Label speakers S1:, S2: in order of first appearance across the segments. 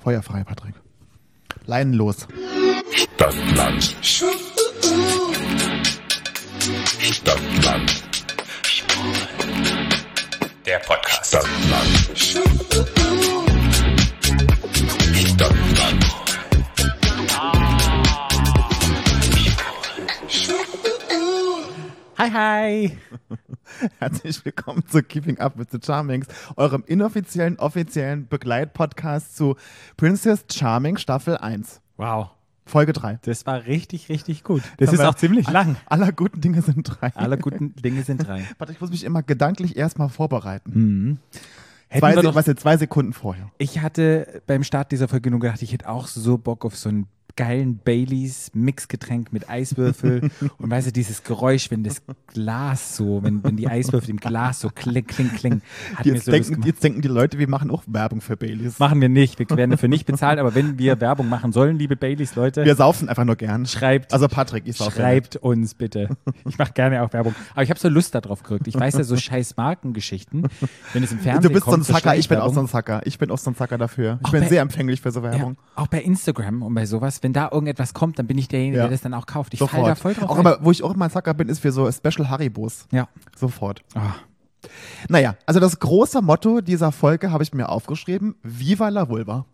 S1: Feuerfrei, Patrick. Leinenlos.
S2: Stadtland. Stadtland.
S3: Der Podcast.
S2: Stadtland. Stadtland.
S1: Hi, hi. Herzlich willkommen zu Keeping Up with the Charmings, eurem inoffiziellen, offiziellen Begleitpodcast zu Princess Charming Staffel 1,
S4: Wow,
S1: Folge 3.
S4: das war richtig, richtig gut. Das
S1: Haben
S4: ist
S1: wir-
S4: auch ziemlich lang.
S1: Aller guten Dinge sind drei.
S4: Alle guten Dinge sind drei.
S1: Patrick, ich muss mich immer gedanklich erstmal vorbereiten.
S4: Hm. Hätten
S1: Zwei,
S4: wir
S1: Se-
S4: doch,
S1: was denn, zwei Sekunden vorher.
S4: ich hatte beim Start dieser Folge nur gedacht, ich hätte auch so Bock auf so einen geilen Baileys Mixgetränk mit Eiswürfel und weißt du, dieses Geräusch, wenn das Glas so, wenn, wenn die Eiswürfel im Glas so kling, kling, kling, hat mir
S1: Jetzt
S4: so Lust
S1: denken,
S4: gemacht.
S1: jetzt denken die Leute, wir machen auch Werbung für Baileys.
S4: Machen wir nicht, wir werden dafür nicht bezahlt, aber wenn wir Werbung machen sollen, liebe Baileys Leute,
S1: Wir saufen einfach nur gern.
S4: schreibt
S1: Also Patrick, ich saufe.
S4: Schreibt uns bitte. Ich mache gerne auch Werbung. Aber ich habe so Lust darauf gekriegt. Ich weiß ja so scheiß Markengeschichten. Wenn es im Fernsehen
S1: Du bist so
S4: kommt,
S1: ein Zacker, ich bin auch so
S4: Schleichwerbung.
S1: ein Zacker. Ich bin auch so ein Zacker dafür. Ich
S4: Auch
S1: bin
S4: bei-
S1: sehr empfänglich für so Werbung.
S4: ja, auch bei Instagram und bei sowas, wenn da irgendetwas kommt, dann bin ich derjenige,
S1: Ja.
S4: der das dann auch kauft. Ich falle da
S1: Sofort.
S4: voll drauf.
S1: auch
S4: ein.
S1: immer, wo ich auch immer ein Zacker bin, ist für so Special Haribos.
S4: ja.
S1: Sofort.
S4: Ah.
S1: Naja, also das große Motto dieser Folge habe ich mir aufgeschrieben: Viva la Vulva.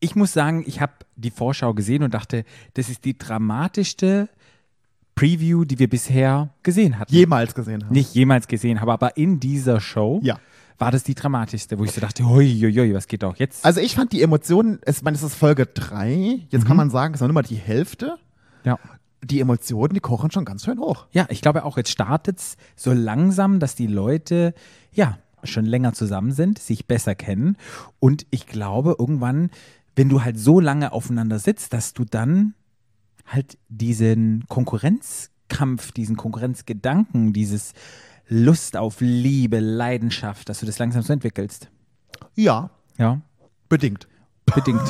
S4: Ich muss sagen, ich habe die Vorschau gesehen und dachte, das ist die dramatischste Preview, die wir bisher gesehen hatten.
S1: Jemals gesehen haben.
S4: Nicht jemals gesehen habe, aber in dieser Show
S1: Ja.
S4: war das die dramatischste, wo ich so dachte, hoi, hoi, hoi, was geht auch jetzt?
S1: Also ich fand die Emotionen, es, ich meine, es ist Folge 3, jetzt kann man sagen, es ist noch nicht mal die Hälfte.
S4: Mhm. ja.
S1: Die Emotionen, die kochen schon ganz schön hoch.
S4: Ja, ich glaube auch, jetzt startet's so langsam, dass die Leute, ja, schon länger zusammen sind, sich besser kennen. Und ich glaube, irgendwann, wenn du halt so lange aufeinander sitzt, dass du dann halt diesen Konkurrenzkampf, diesen Konkurrenzgedanken, dieses Lust auf Liebe, Leidenschaft, dass du das langsam so entwickelst.
S1: Ja,
S4: Ja,
S1: bedingt.
S4: bedingt.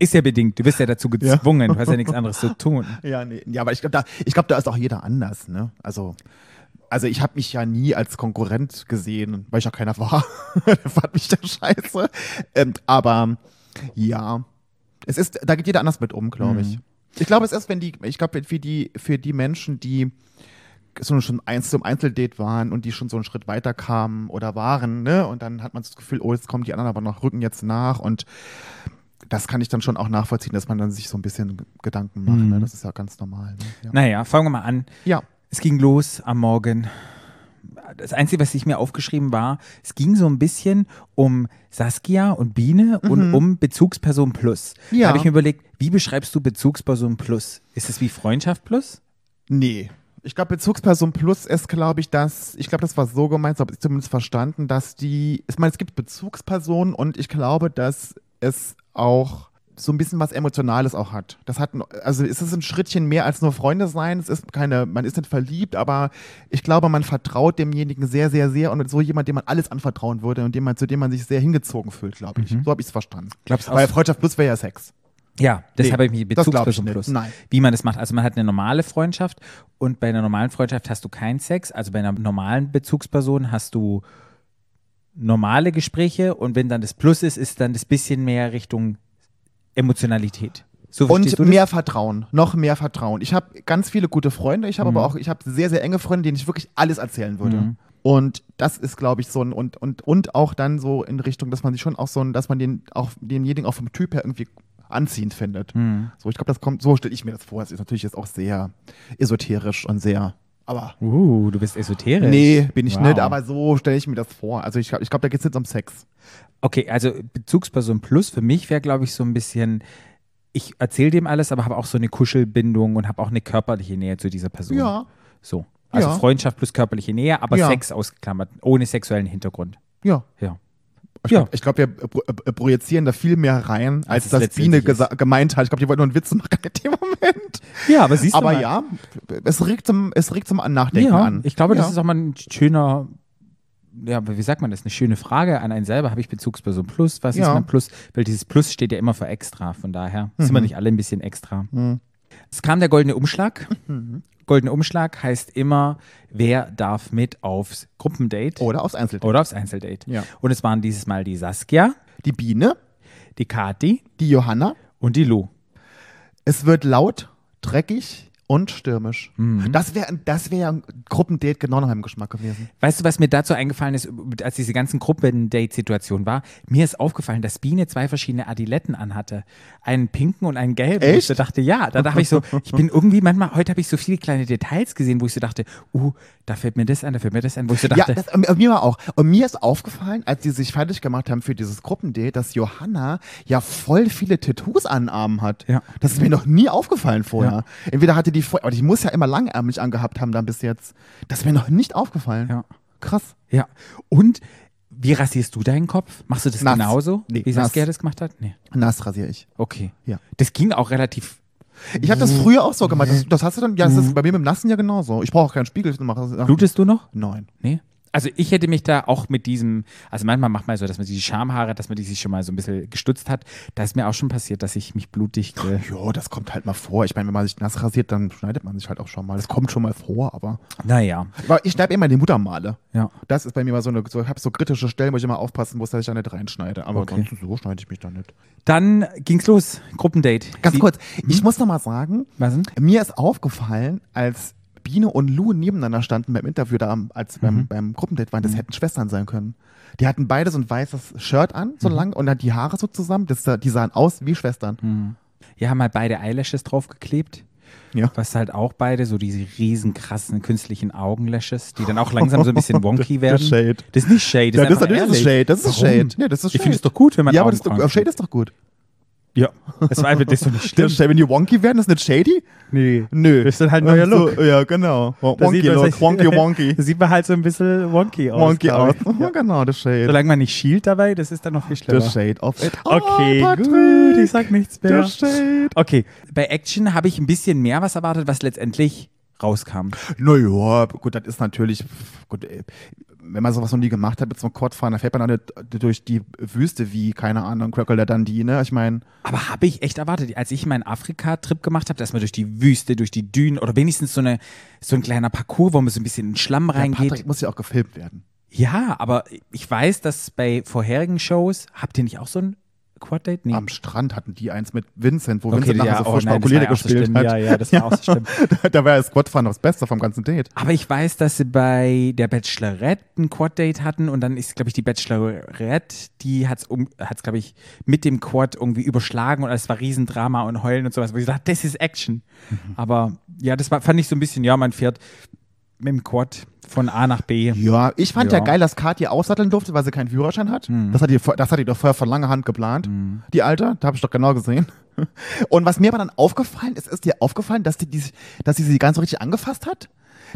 S4: Ist ja bedingt. Du wirst ja dazu gezwungen. Du hast ja nichts anderes zu tun.
S1: Ja, nee. ja aber ich glaube, da, ich glaub, da ist auch jeder anders. Ne? Also, also ich habe mich ja nie als Konkurrent gesehen, weil ich ja keiner war. Der fand mich der Scheiße. Ähm, aber ja, es ist, da geht jeder anders mit um, glaube ich. Ich glaube, es ist, wenn die, ich glaube, für die, für die Menschen, die so schon eins zum Einzeldate waren und die schon so einen Schritt weiter kamen oder waren, ne? Und dann hat man das Gefühl, oh, jetzt kommen die anderen aber noch, rücken jetzt nach und das kann ich dann schon auch nachvollziehen, dass man dann sich so ein bisschen Gedanken macht. Ne? Das ist ja ganz normal. Ne? Ja.
S4: Naja, fangen wir mal an.
S1: ja.
S4: Es ging los am Morgen. Das Einzige, was ich mir aufgeschrieben war, es ging so ein bisschen um Saskia und Biene und um Bezugsperson Plus.
S1: Mhm. Ja.
S4: Da habe ich mir überlegt, wie beschreibst du Bezugsperson Plus? Ist es wie Freundschaft Plus?
S1: Nee. Ich glaube, Bezugsperson Plus ist, glaube ich, dass, ich glaube, das war so gemeint, so habe ich zumindest verstanden, dass die, ich meine, es gibt Bezugspersonen und ich glaube, dass es auch so ein bisschen was Emotionales auch hat. Das hat, ein- also es ist ein Schrittchen mehr als nur Freunde sein. Es ist keine, man ist nicht verliebt, aber ich glaube, man vertraut demjenigen sehr, sehr, sehr und mit so jemand, dem man alles anvertrauen würde und dem man, zu dem man sich sehr hingezogen fühlt, glaube ich. So habe ich es verstanden.
S4: Mhm. Glaubst du auch-
S1: Weil Freundschaft Plus wäre ja Sex.
S4: Ja,
S1: Nee,
S4: das habe ich mir
S1: das glaub ich
S4: Bezugsperson
S1: nicht.
S4: Plus.
S1: Nein.
S4: Wie man das macht. Also man hat eine normale Freundschaft und bei einer normalen Freundschaft hast du keinen Sex. Also bei einer normalen Bezugsperson hast du normale Gespräche und wenn dann das Plus ist, ist dann das bisschen mehr Richtung Emotionalität. So verstehst
S1: Und
S4: du das?
S1: mehr Vertrauen, noch mehr Vertrauen. Ich habe ganz viele gute Freunde, ich habe
S4: Mhm.
S1: aber auch, ich habe sehr, sehr enge Freunde, denen ich wirklich alles erzählen würde. Und das ist, glaube ich, so ein, und, und, und auch dann so in Richtung, dass man sich schon auch so ein, dass man den, auch denjenigen auch vom Typ her irgendwie anziehend findet.
S4: Mhm. Hm.
S1: So, ich glaube, das kommt, so stelle ich mir das vor. Es ist natürlich jetzt auch sehr esoterisch und sehr, aber.
S4: Uh, du bist esoterisch.
S1: Nee, bin ich
S4: Wow.
S1: nicht, aber so stelle ich mir das vor. Also ich, glaub- ich glaube, da geht es jetzt um Sex.
S4: Okay, also Bezugsperson Plus für mich wäre, glaube ich, so ein bisschen. Ich erzähle dem alles, aber habe auch so eine Kuschelbindung und habe auch eine körperliche Nähe zu dieser Person.
S1: Ja.
S4: So. Also
S1: Ja.
S4: Freundschaft plus körperliche Nähe, aber
S1: Ja.
S4: Sex ausgeklammert, ohne sexuellen Hintergrund.
S1: Ja.
S4: Ja.
S1: Ich
S4: Ja.
S1: glaube, glaub, wir äh, pro- äh, projizieren da viel mehr rein, als,
S4: es
S1: das Biene
S4: letztendlich ist.
S1: gesa- gemeint hat. Ich glaube, die wollten nur einen Witz machen in dem Moment.
S4: Ja, aber siehst
S1: Aber ja, es regt zum, es regt zum Nachdenken
S4: ja,
S1: an.
S4: Ich glaube,
S1: ja.
S4: das ist auch mal ein schöner, ja, wie sagt man das, eine schöne Frage an einen selber. Habe ich Bezugsperson Plus? Was
S1: Ja.
S4: ist mein Plus? Weil dieses Plus steht ja immer für extra. Von daher sind
S1: Mhm.
S4: wir nicht alle ein bisschen extra. Es kam der goldene Umschlag.
S1: Mhm.
S4: Goldene Umschlag heißt immer, wer darf mit aufs Gruppendate
S1: Oder aufs Einzeldate.
S4: oder aufs Einzeldate.
S1: Ja.
S4: Und es waren dieses Mal die Saskia,
S1: Die Biene,
S4: die Kati
S1: die Johanna.
S4: und die Lou.
S1: Es wird laut, dreckig und stürmisch.
S4: Mhm.
S1: Das wäre das wär ein Gruppendate genau nach meinem Geschmack gewesen.
S4: Weißt du, was mir dazu eingefallen ist, als diese ganzen Gruppen-Date-Situation war? Mir ist aufgefallen, dass Biene zwei verschiedene Adiletten anhatte. Einen pinken und einen gelben. Und Ich
S1: Echt?
S4: so dachte, ja. Da dachte ich so, ich bin irgendwie manchmal, heute habe ich so viele kleine Details gesehen, wo ich so dachte, uh, da fällt mir das ein, da fällt mir das ein, wo ich so dachte,
S1: ja, das, äh, mir war auch. Und mir ist aufgefallen, als die sich fertig gemacht haben für dieses Gruppendate, dass Johanna ja voll viele Tattoos an den Armen hat.
S4: Ja.
S1: Das ist mir noch nie aufgefallen vorher. Entweder hatte die voll, aber die muss ja immer langärmlich angehabt haben dann bis jetzt. Das ist mir noch nicht aufgefallen.
S4: Ja.
S1: Krass.
S4: ja. Und wie rasierst du deinen Kopf? Machst du das
S1: Nass.
S4: genauso,
S1: Nee,
S4: wie Saskia
S1: nass.
S4: das gemacht hat? Nee.
S1: Nass rasiere ich.
S4: Okay.
S1: Ja.
S4: Das ging auch relativ.
S1: Ich habe das früher auch so gemacht. Das, das hast du dann, ja, das
S4: Mhm.
S1: ist bei mir mit dem Nassen ja genauso. Ich brauche auch keinen Spiegel. Ich mache das-
S4: Blutest du noch?
S1: Nein.
S4: Nee. Also ich hätte mich da auch mit diesem, also manchmal macht man so, dass man die Schamhaare, dass man die sich schon mal so ein bisschen gestutzt hat. Da ist mir auch schon passiert, dass ich mich blutig. Ge
S1: Jo, das kommt halt mal vor. Ich meine, wenn man sich nass rasiert, dann schneidet man sich halt auch schon mal. Das kommt schon mal vor, aber.
S4: naja,
S1: aber ich schneide immer die Muttermale.
S4: ja.
S1: Das ist bei mir mal so eine, so, ich habe so kritische Stellen, wo ich immer aufpassen muss, dass ich da nicht reinschneide. Aber
S4: Okay.
S1: ansonsten so schneide ich mich da nicht.
S4: Dann ging's los, Gruppendate.
S1: Ganz
S4: Sie-
S1: kurz, ich muss noch mal sagen,
S4: Was denn?
S1: mir ist aufgefallen, als Biene und Lou nebeneinander standen beim Interview da, am- als beim, beim Gruppendate waren, das hätten Schwestern sein können. Die hatten beide so ein weißes Shirt an, so lang, und dann die Haare so zusammen. Das, sah- die sahen aus wie Schwestern.
S4: Ja, haben halt beide Eyelashes draufgeklebt.
S1: Ja.
S4: Was halt auch beide, so diese riesen krassen künstlichen Augenlashes, die dann auch langsam so ein bisschen wonky werden.
S1: Shade.
S4: Das ist nicht Shade.
S1: Ja, das,
S4: einfach
S1: natürlich ist es
S4: ehrlich.
S1: Shade. Das ist
S4: Warum?
S1: Shade. Nee, das ist
S4: ich
S1: Shade.
S4: finde es doch gut, wenn man
S1: Ja, aber das ist
S4: Augenbrauen
S1: doch, Shade ist doch gut.
S4: Ja, das war einfach das ist doch nicht schlimm.
S1: Stimmt. Wenn die wonky werden, ist nicht shady?
S4: Nee.
S1: Nö.
S4: Das ist dann halt neuer
S1: Also,
S4: Look.
S1: ja, genau.
S4: Da
S1: Wonky
S4: sieht man
S1: Look,
S4: sich-
S1: wonky, wonky.
S4: Da sieht man halt so ein bisschen wonky aus.
S1: Wonky
S4: glaub
S1: aus.
S4: ich.
S1: Ja. Genau, das Shade.
S4: Solange man nicht schielt dabei, das ist dann noch viel schlimmer.
S1: Das Shade of it. all,
S4: Okay,
S1: Patrick.
S4: gut, ich sag nichts mehr.
S1: Das Shade.
S4: Okay, bei Action habe ich ein bisschen mehr was erwartet, was letztendlich rauskam.
S1: Naja, gut, das ist natürlich, pff, gut, äh, wenn man sowas noch nie gemacht hat mit so einem Quadfahren, dann fährt man dann nicht durch die Wüste wie, keine Ahnung, Crackle der Dundee, ne? Ich meine,
S4: Aber habe ich echt erwartet, als ich meinen Afrika-Trip gemacht habe, dass man durch die Wüste, durch die Dünen oder wenigstens so, eine, so ein kleiner Parcours, wo man so ein bisschen in den Schlamm reingeht.
S1: Patrick muss ja auch gefilmt werden.
S4: Ja, aber ich weiß, dass bei vorherigen Shows, habt ihr nicht auch so ein Quad-Date? Nee.
S1: Am Strand hatten die eins mit Vincent, wo
S4: Okay,
S1: Vincent nachher
S4: ja,
S1: so
S4: oh
S1: furchtbar
S4: nein, das war
S1: Ukulele
S4: ja auch so
S1: gespielt
S4: schlimm.
S1: hat.
S4: Ja, ja, das war auch so schlimm.
S1: da, da war ja das Quadfahren das Beste vom ganzen Date.
S4: Aber ich weiß, dass sie bei der Bachelorette ein Quad-Date hatten und dann ist, glaube ich, die Bachelorette, die hat's, um, hat's glaube ich, mit dem Quad irgendwie überschlagen und es war Riesendrama und Heulen und sowas, wo ich dachte, das ist Action. Aber ja, das war, fand ich so ein bisschen, ja, man fährt mit dem Quad von A nach B.
S1: Ja, ich fand
S4: Ja. Hm.
S1: ja, geil, dass Kathi aussatteln durfte, weil sie keinen Führerschein hat. Das, hat die, vor- das hat die doch vorher von langer Hand geplant. Die Alte, da habe ich doch genau gesehen. Und was mir aber dann aufgefallen ist, ist dir aufgefallen, dass, die, die, dass sie sie ganz so richtig angefasst hat?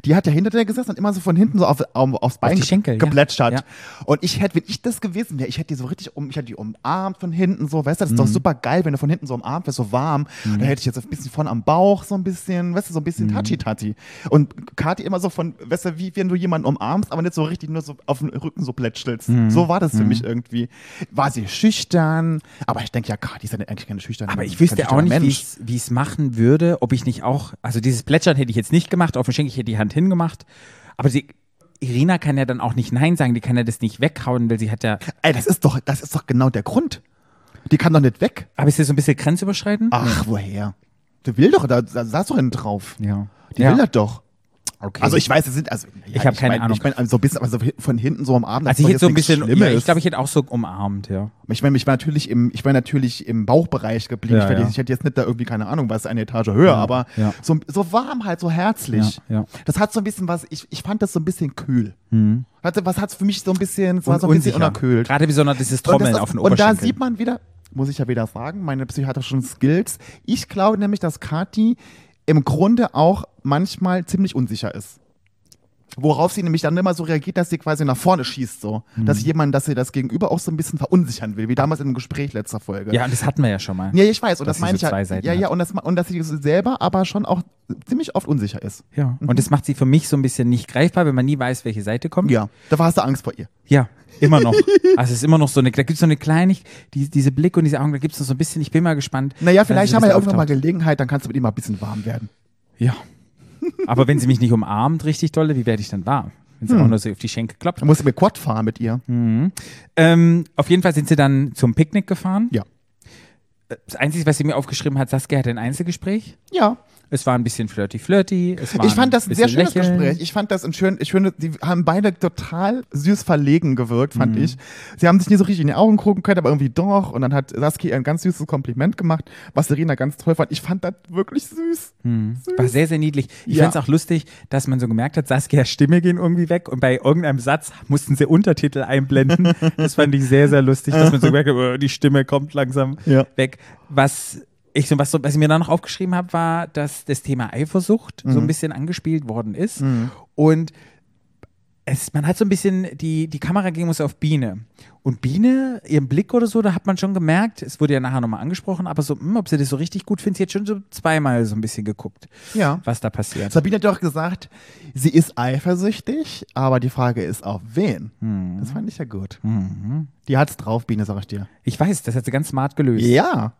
S1: Die hat ja hinter der gesessen und immer so von hinten so auf, auf, aufs Bein
S4: die Schenkel, ja.
S1: geplätschert.
S4: Ja.
S1: Und ich hätte, wenn ich das gewesen wäre, ich hätte die so richtig um, ich hätte die umarmt von hinten so, weißt du, das ist doch
S4: Mhm.
S1: super geil, wenn du von hinten so umarmt wirst, so warm. Dann hätte ich jetzt ein bisschen vorne am Bauch so ein bisschen, weißt du, so ein
S4: Mhm.
S1: bisschen touchy-touchy. Und Kathi immer so von, weißt du, wie wenn du jemanden umarmst, aber nicht so richtig nur so auf den Rücken so plätschelst.
S4: Mhm.
S1: So war das für mich irgendwie. War sie schüchtern, aber ich denke ja, Kathi ist ja eigentlich keine schüchterne
S4: Aber ich wüsste auch nicht, wie ich's- wie ich es machen würde, ob ich nicht auch, also dieses Plätschern hätte ich jetzt nicht gemacht, auf den Schenkel hätte ich die Hand hingemacht, aber die, Irina kann ja dann auch nicht Nein sagen, die kann ja das nicht weghauen, weil sie hat ja
S1: Ey, das ist doch, das ist doch genau der Grund. Die kann doch nicht weg.
S4: Aber ist das so ein bisschen grenzüberschreitend?
S1: Ach, woher? Du will doch, da, da saß doch hin drauf.
S4: Hm. Ja.
S1: Die
S4: Ja.
S1: will das doch.
S4: Okay.
S1: Also ich weiß, es sind, also ja,
S4: Ich hab keine
S1: mein,
S4: Ahnung.
S1: Ich meine, so ein bisschen, aber so von hinten so am Abend. das
S4: also ich hätte
S1: ist
S4: so
S1: doch
S4: ein
S1: jetzt
S4: bisschen,
S1: nichts
S4: ja,
S1: Schlimmes.
S4: ich glaube, ich hätte auch so umarmt, ja.
S1: Ich meine, ich war natürlich im, ich war natürlich im Bauchbereich geblieben.
S4: Ja,
S1: ich, hätte-
S4: ja.
S1: ich hätte jetzt nicht da irgendwie, keine Ahnung, was eine Etage höher, aber
S4: ja.
S1: So, so warm halt, so herzlich.
S4: Ja, Hm. ja.
S1: Das hat so ein bisschen was, ich, ich fand das so ein bisschen kühl. Hatte, was hat für mich so ein bisschen, es war so ein bisschen unerkühlt.
S4: Gerade besonders dieses
S1: Und das
S4: Trommeln
S1: ist-
S4: auf den
S1: Und da
S4: Oberschenkeln.
S1: sieht man wieder, muss ich ja wieder sagen, meine psychiatrischen Skills. Ich glaube nämlich, dass Kathi im Grunde auch manchmal ziemlich unsicher ist. Worauf sie nämlich dann immer so reagiert, dass sie quasi nach vorne schießt, so.
S4: Mhm.
S1: Dass jemand, dass sie das Gegenüber auch so ein bisschen verunsichern will, wie damals in dem Gespräch letzter Folge.
S4: ja, und das hatten wir ja schon mal.
S1: Ja, ich weiß, und das
S4: Dass sie
S1: meine
S4: so
S1: ich ja.
S4: zwei Seiten
S1: ja,
S4: hat.
S1: ja, und, das, und dass sie selber aber schon auch ziemlich oft unsicher ist.
S4: Ja. Und das macht sie für mich so ein bisschen nicht greifbar, wenn man nie weiß, welche Seite kommt.
S1: Ja, da hast du Angst vor ihr.
S4: Ja, immer noch. also es ist immer noch so eine, da gibt es so eine Kleinigkeit, die, diese Blicke und diese Augen, da gibt es noch so ein bisschen, ich bin mal gespannt.
S1: Naja,
S4: dass
S1: vielleicht
S4: sie
S1: haben wir ja
S4: ein
S1: irgendwann mal
S4: bisschen
S1: Gelegenheit, dann kannst du mit ihm mal ein bisschen warm werden.
S4: auftaucht. Ja. Aber wenn sie mich nicht umarmt, richtig dolle, wie werde ich dann warm? Wenn
S1: Hm.
S4: sie auch nur so auf die Schenkel klopft.
S1: Dann
S4: Hm.
S1: musst du mit Quad fahren mit ihr.
S4: Ähm, auf jeden Fall sind sie dann zum Picknick gefahren.
S1: Ja.
S4: Das Einzige, was sie mir aufgeschrieben hat, Saskia hatte ein Einzelgespräch.
S1: Ja.
S4: Es war ein bisschen flirty-flirty. es war
S1: Ich fand das ein sehr
S4: bisschen
S1: schönes
S4: Lächeln.
S1: Gespräch. Ich fand das ein schön, ich finde, die haben beide total süß verlegen gewirkt, fand
S4: Mhm.
S1: ich. Sie haben sich nie so richtig in die Augen gucken können, aber irgendwie doch. Und dann hat Saskia ihr ein ganz süßes Kompliment gemacht, was Serena ganz toll fand. Ich fand das wirklich süß.
S4: Hm.
S1: süß.
S4: War sehr, sehr niedlich. Ich
S1: Ja.
S4: fand's auch lustig, dass man so gemerkt hat, Saskias Stimme ging irgendwie weg und bei irgendeinem Satz mussten sie Untertitel einblenden. das fand ich sehr, sehr lustig, dass man so gemerkt hat, oh, die Stimme kommt langsam
S1: Ja.
S4: weg. Was ich so, was, so, was ich mir da noch aufgeschrieben habe, war, dass das Thema Eifersucht
S1: Mhm.
S4: so ein bisschen angespielt worden ist. Und es, man hat so ein bisschen, die, die Kamera ging uns auf Biene. Und Biene, ihren Blick oder so, da hat man schon gemerkt, es wurde ja nachher nochmal angesprochen, aber so, hm, ob sie das so richtig gut findet, sie hat schon so zweimal so ein bisschen geguckt,
S1: Ja.
S4: was da passiert.
S1: Sabine hat doch gesagt, sie ist eifersüchtig, aber die Frage ist, auf wen?
S4: Hm.
S1: Das fand ich ja gut.
S4: Mhm.
S1: Die hat's drauf, Biene, sag ich dir.
S4: Ich weiß, das hat sie ganz smart gelöst.
S1: Ja.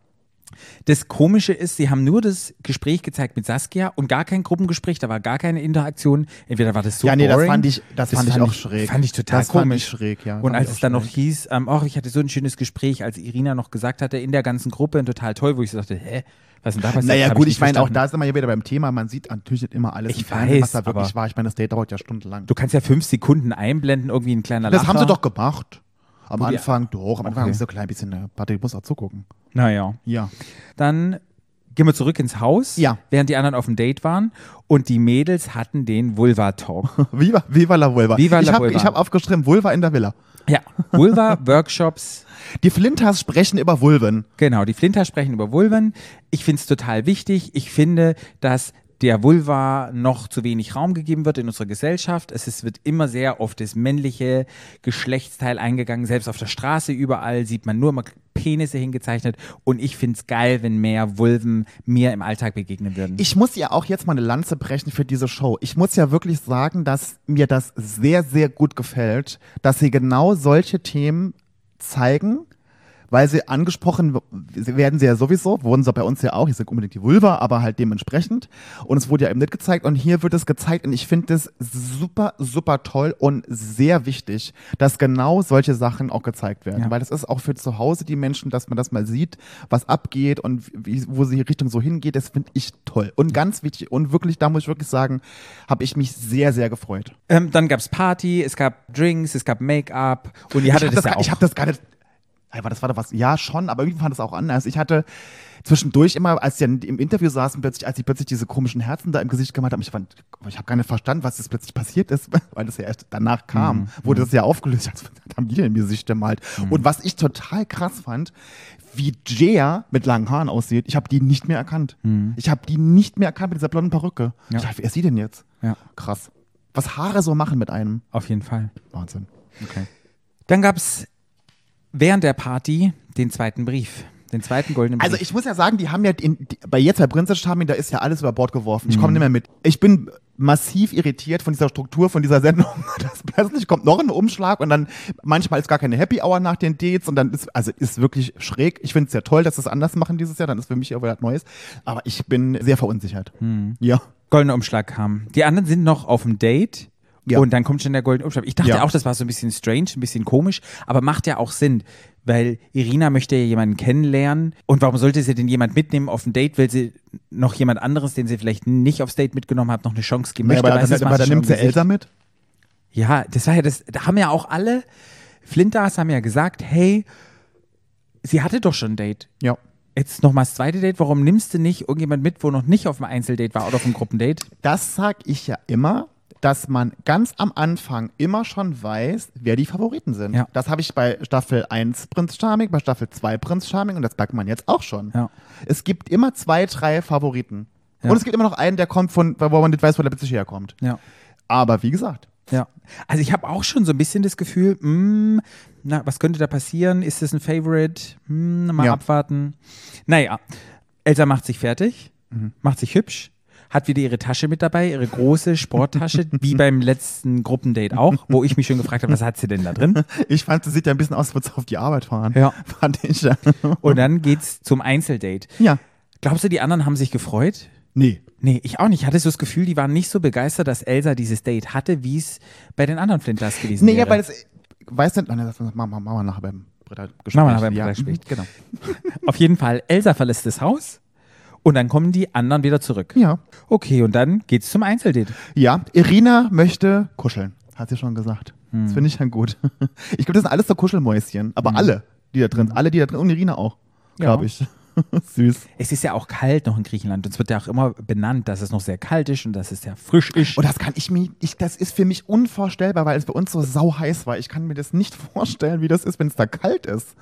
S4: Das Komische ist, sie haben nur das Gespräch gezeigt mit Saskia und gar kein Gruppengespräch, da war gar keine Interaktion. Entweder war das so
S1: ja, nee, das
S4: boring,
S1: fand ich, das fand ich auch schräg.
S4: Fand ich total
S1: das
S4: komisch.
S1: Fand ich schräg, ja.
S4: Und
S1: Fand
S4: als
S1: ich
S4: es
S1: auch
S4: dann noch
S1: schräg.
S4: hieß, ähm, ach, ich hatte so ein schönes Gespräch, als Irina noch gesagt hatte, in der ganzen Gruppe, und total toll, wo ich so dachte, hä, was denn da passiert?
S1: Naja,
S4: Hab
S1: gut, ich,
S4: nicht
S1: meine, auch
S4: verstanden.
S1: da sind wir ja wieder beim Thema. Man sieht natürlich nicht immer alles,
S4: Ich
S1: im Fernsehen, was
S4: weiß,
S1: da wirklich
S4: aber-
S1: war. Ich meine, das Date dauert ja stundenlang.
S4: Du kannst ja fünf Sekunden einblenden, irgendwie ein kleiner
S1: das
S4: Lacher.
S1: haben sie doch gemacht. Am
S4: die-
S1: Anfang, doch. Am Anfang
S4: Okay.
S1: haben sie so klein bisschen, äh, warte, ich muss auch zugucken.
S4: Naja.
S1: Ja.
S4: Dann gehen wir zurück ins Haus,
S1: Ja.
S4: während die anderen auf dem Date waren. Und die Mädels hatten den Vulva-Talk.
S1: Viva, Viva la Vulva.
S4: Viva
S1: ich
S4: la
S1: habe
S4: Vulva.
S1: hab aufgeschrieben, Vulva in der Villa.
S4: ja, Vulva-Workshops.
S1: Die Flinters sprechen über Vulven.
S4: Genau, die Flinter sprechen über Vulven. Ich finde es total wichtig. Ich finde, dass der Vulva noch zu wenig Raum gegeben wird in unserer Gesellschaft. Es ist, wird immer sehr auf das männliche Geschlechtsteil eingegangen. Selbst auf der Straße überall sieht man nur immer Penisse hingezeichnet. Und ich finde es geil, wenn mehr Vulven mir im Alltag begegnen würden.
S1: Ich muss ja auch jetzt mal eine Lanze brechen für diese Show. Ich muss ja wirklich sagen, dass mir das sehr, sehr gut gefällt, dass sie genau solche Themen zeigen, weil sie angesprochen w- sie werden sie ja sowieso, wurden sie bei uns ja auch, ich sage unbedingt die Vulva, aber halt dementsprechend. Und es wurde ja eben nicht gezeigt und hier wird es gezeigt und ich finde das super, super toll und sehr wichtig, dass genau solche Sachen auch gezeigt werden,
S4: Ja.
S1: weil das ist auch für zu Hause die Menschen, dass man das mal sieht, was abgeht und wie, wo die Richtung so hingeht, das finde ich toll und ganz wichtig und wirklich, da muss ich wirklich sagen, habe ich mich sehr, sehr gefreut.
S4: ähm, dann gab es Party, es gab Drinks, es gab Make-up. Und ihr
S1: Ich
S4: hattet
S1: habe
S4: das,
S1: das,
S4: ja
S1: gar-
S4: auch.
S1: ich hab das gar nicht. Aber das war doch was. Ja, schon, aber irgendwie fand das auch anders. Ich hatte zwischendurch immer, als die dann im Interview saßen, plötzlich, als die plötzlich diese komischen Herzen da im Gesicht gemacht haben, ich fand, ich habe gar nicht verstanden, was jetzt plötzlich passiert ist, weil das ja erst danach kam,
S4: Mhm.
S1: wurde das ja aufgelöst, als haben die denn im Gesicht gemalt. halt. Und was ich total krass fand, wie Jaya mit langen Haaren aussieht, ich habe die nicht mehr erkannt. Ich habe die nicht mehr erkannt mit dieser blonden Perücke.
S4: Mhm. Ja.
S1: Ich dachte, wer ist sie denn jetzt?
S4: Ja.
S1: Krass. Was Haare so machen mit einem.
S4: auf jeden Fall.
S1: Wahnsinn.
S4: Dann gab es während der Party den zweiten Brief. Den zweiten goldenen Brief.
S1: Also ich muss ja sagen, die haben ja in, die, bei jetzt bei Princess Charming, da ist ja alles über Bord geworfen. Ich komme nicht mehr mit. Ich bin massiv irritiert von dieser Struktur, von dieser Sendung. Das plötzlich kommt noch ein Umschlag und dann manchmal ist gar keine Happy Hour nach den Dates und dann ist also ist wirklich schräg. Ich finde es ja toll, dass sie es anders machen dieses Jahr. Dann ist für mich auch wieder was Neues. Aber ich bin sehr verunsichert.
S4: Hm.
S1: Ja.
S4: goldener Umschlag kam. Die anderen sind noch auf dem Date.
S1: Ja.
S4: Und dann kommt schon der goldene Umschlag. Ich dachte
S1: Ja.
S4: auch, das war so ein bisschen strange, ein bisschen komisch, aber macht ja auch Sinn, weil Irina möchte ja jemanden kennenlernen. Und warum sollte sie denn jemand mitnehmen auf ein Date, weil sie noch jemand anderes, den sie vielleicht nicht aufs Date mitgenommen hat, noch eine Chance geben möchte?
S1: aber
S4: Weiß
S1: dann,
S4: das
S1: aber
S4: macht
S1: dann
S4: schon
S1: nimmt sie
S4: Gesicht.
S1: Elsa mit.
S4: Ja, das war ja das, da haben ja auch alle Flinters haben ja gesagt, hey, sie hatte doch schon ein Date.
S1: Ja.
S4: Jetzt nochmal das zweite Date, warum nimmst du nicht irgendjemand mit, wo noch nicht auf dem Einzeldate war oder auf dem Gruppendate?
S1: Das sag ich ja immer, dass man ganz am Anfang immer schon weiß, wer die Favoriten sind.
S4: Ja.
S1: Das habe ich bei Staffel 1 Prinz Charming, bei Staffel 2 Prinz Charming und das merkt man jetzt auch schon.
S4: Ja.
S1: Es gibt immer zwei, drei Favoriten.
S4: Ja.
S1: Und es gibt immer noch einen, der kommt von, wo man nicht weiß, wo der plötzlich herkommt.
S4: Ja.
S1: Aber wie gesagt,
S4: Ja, also ich habe auch schon so ein bisschen das Gefühl, hm, na, was könnte da passieren? Ist das ein Favorite? Hm, mal
S1: Ja.
S4: abwarten. Naja, Elsa macht sich fertig,
S1: Mhm.
S4: macht sich hübsch, hat wieder ihre Tasche mit dabei, ihre große Sporttasche, wie beim letzten Gruppendate auch, wo ich mich schon gefragt habe, was hat sie denn da drin?
S1: ich fand, das sieht ja ein bisschen aus, als würde sie auf die Arbeit fahren.
S4: Ja.
S1: Fand ich ja.
S4: Und dann geht's zum Einzeldate.
S1: ja.
S4: Glaubst du, die anderen haben sich gefreut?
S1: Nee.
S4: Nee, ich auch nicht. Ich hatte so das Gefühl, die waren nicht so begeistert, dass Elsa dieses Date hatte, wie es bei den anderen Flinters gewesen
S1: Nee,
S4: wäre.
S1: ja, weil das, weiß nicht, nein, das machen wir machen wir nachher beim Bretter gespielt.
S4: Schmarrn beim
S1: ja.
S4: Bretter gespielt.
S1: Mhm, Genau.
S4: Auf jeden Fall, Elsa verlässt das Haus und dann kommen die anderen wieder zurück.
S1: Ja.
S4: Okay, und dann geht's zum Einzeldate.
S1: Ja, Irina möchte kuscheln, hat sie schon gesagt. Das finde ich dann gut. Ich glaube, das sind alles so Kuschelmäuschen, aber alle, die da drin sind, alle, die da drin und Irina auch,
S4: Ja.
S1: glaube ich. Süß.
S4: Es ist ja auch kalt noch in Griechenland. Und es wird ja auch immer benannt, dass es noch sehr kalt ist und dass es sehr frisch ist.
S1: Und das kann ich mir, ich, das ist für mich unvorstellbar, weil es bei uns so sau heiß war. Ich kann mir das nicht vorstellen, wie das ist, wenn es da kalt ist.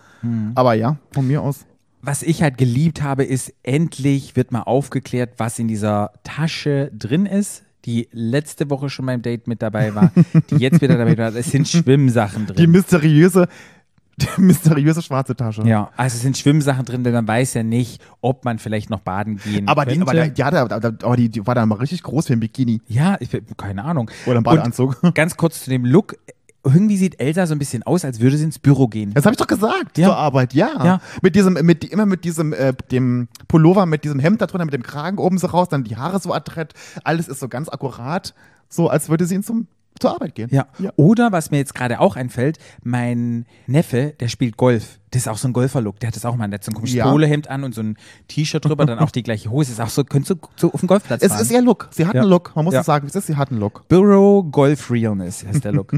S1: Aber ja, von mir aus.
S4: was ich halt geliebt habe, ist, endlich wird mal aufgeklärt, was in dieser Tasche drin ist, die letzte Woche schon beim Date mit dabei war, die jetzt wieder dabei war. Es sind Schwimmsachen
S1: Die
S4: drin.
S1: mysteriöse, die mysteriöse schwarze Tasche.
S4: Ja, also es sind Schwimmsachen drin, denn man weiß ja nicht, ob man vielleicht noch baden gehen
S1: Aber, die,
S4: könnte.
S1: aber, der, ja, da, da, da, aber die, die war da mal richtig groß für ein Bikini.
S4: ja, ich, keine Ahnung.
S1: Oder ein Badeanzug.
S4: Und ganz kurz zu dem Look. Irgendwie sieht Elsa so ein bisschen aus, als würde sie ins Büro gehen.
S1: Das habe ich doch gesagt
S4: Ja.
S1: zur Arbeit, ja.
S4: Ja.
S1: Mit diesem, mit, immer mit diesem, äh, dem Pullover, mit diesem Hemd da drunter, mit dem Kragen oben so raus, dann die Haare so adrett. Alles ist so ganz akkurat, so als würde sie in zum, zur Arbeit gehen.
S4: Ja. Oder was mir jetzt gerade auch einfällt, mein Neffe, der spielt Golf. Das ist auch so ein Golferlook. Der hat das auch mal. Der hat so ein komisches
S1: Ja.
S4: Polohemd an und so ein T-Shirt drüber, dann auch die gleiche Hose. Ist auch so, könntest du so auf dem Golfplatz
S1: Es
S4: fahren.
S1: ist ihr Look. Sie hat
S4: Ja.
S1: einen Look. Man muss
S4: Ja.
S1: es sagen, es ist, sie hat einen Look.
S4: Bureau Golf Realness heißt der Look.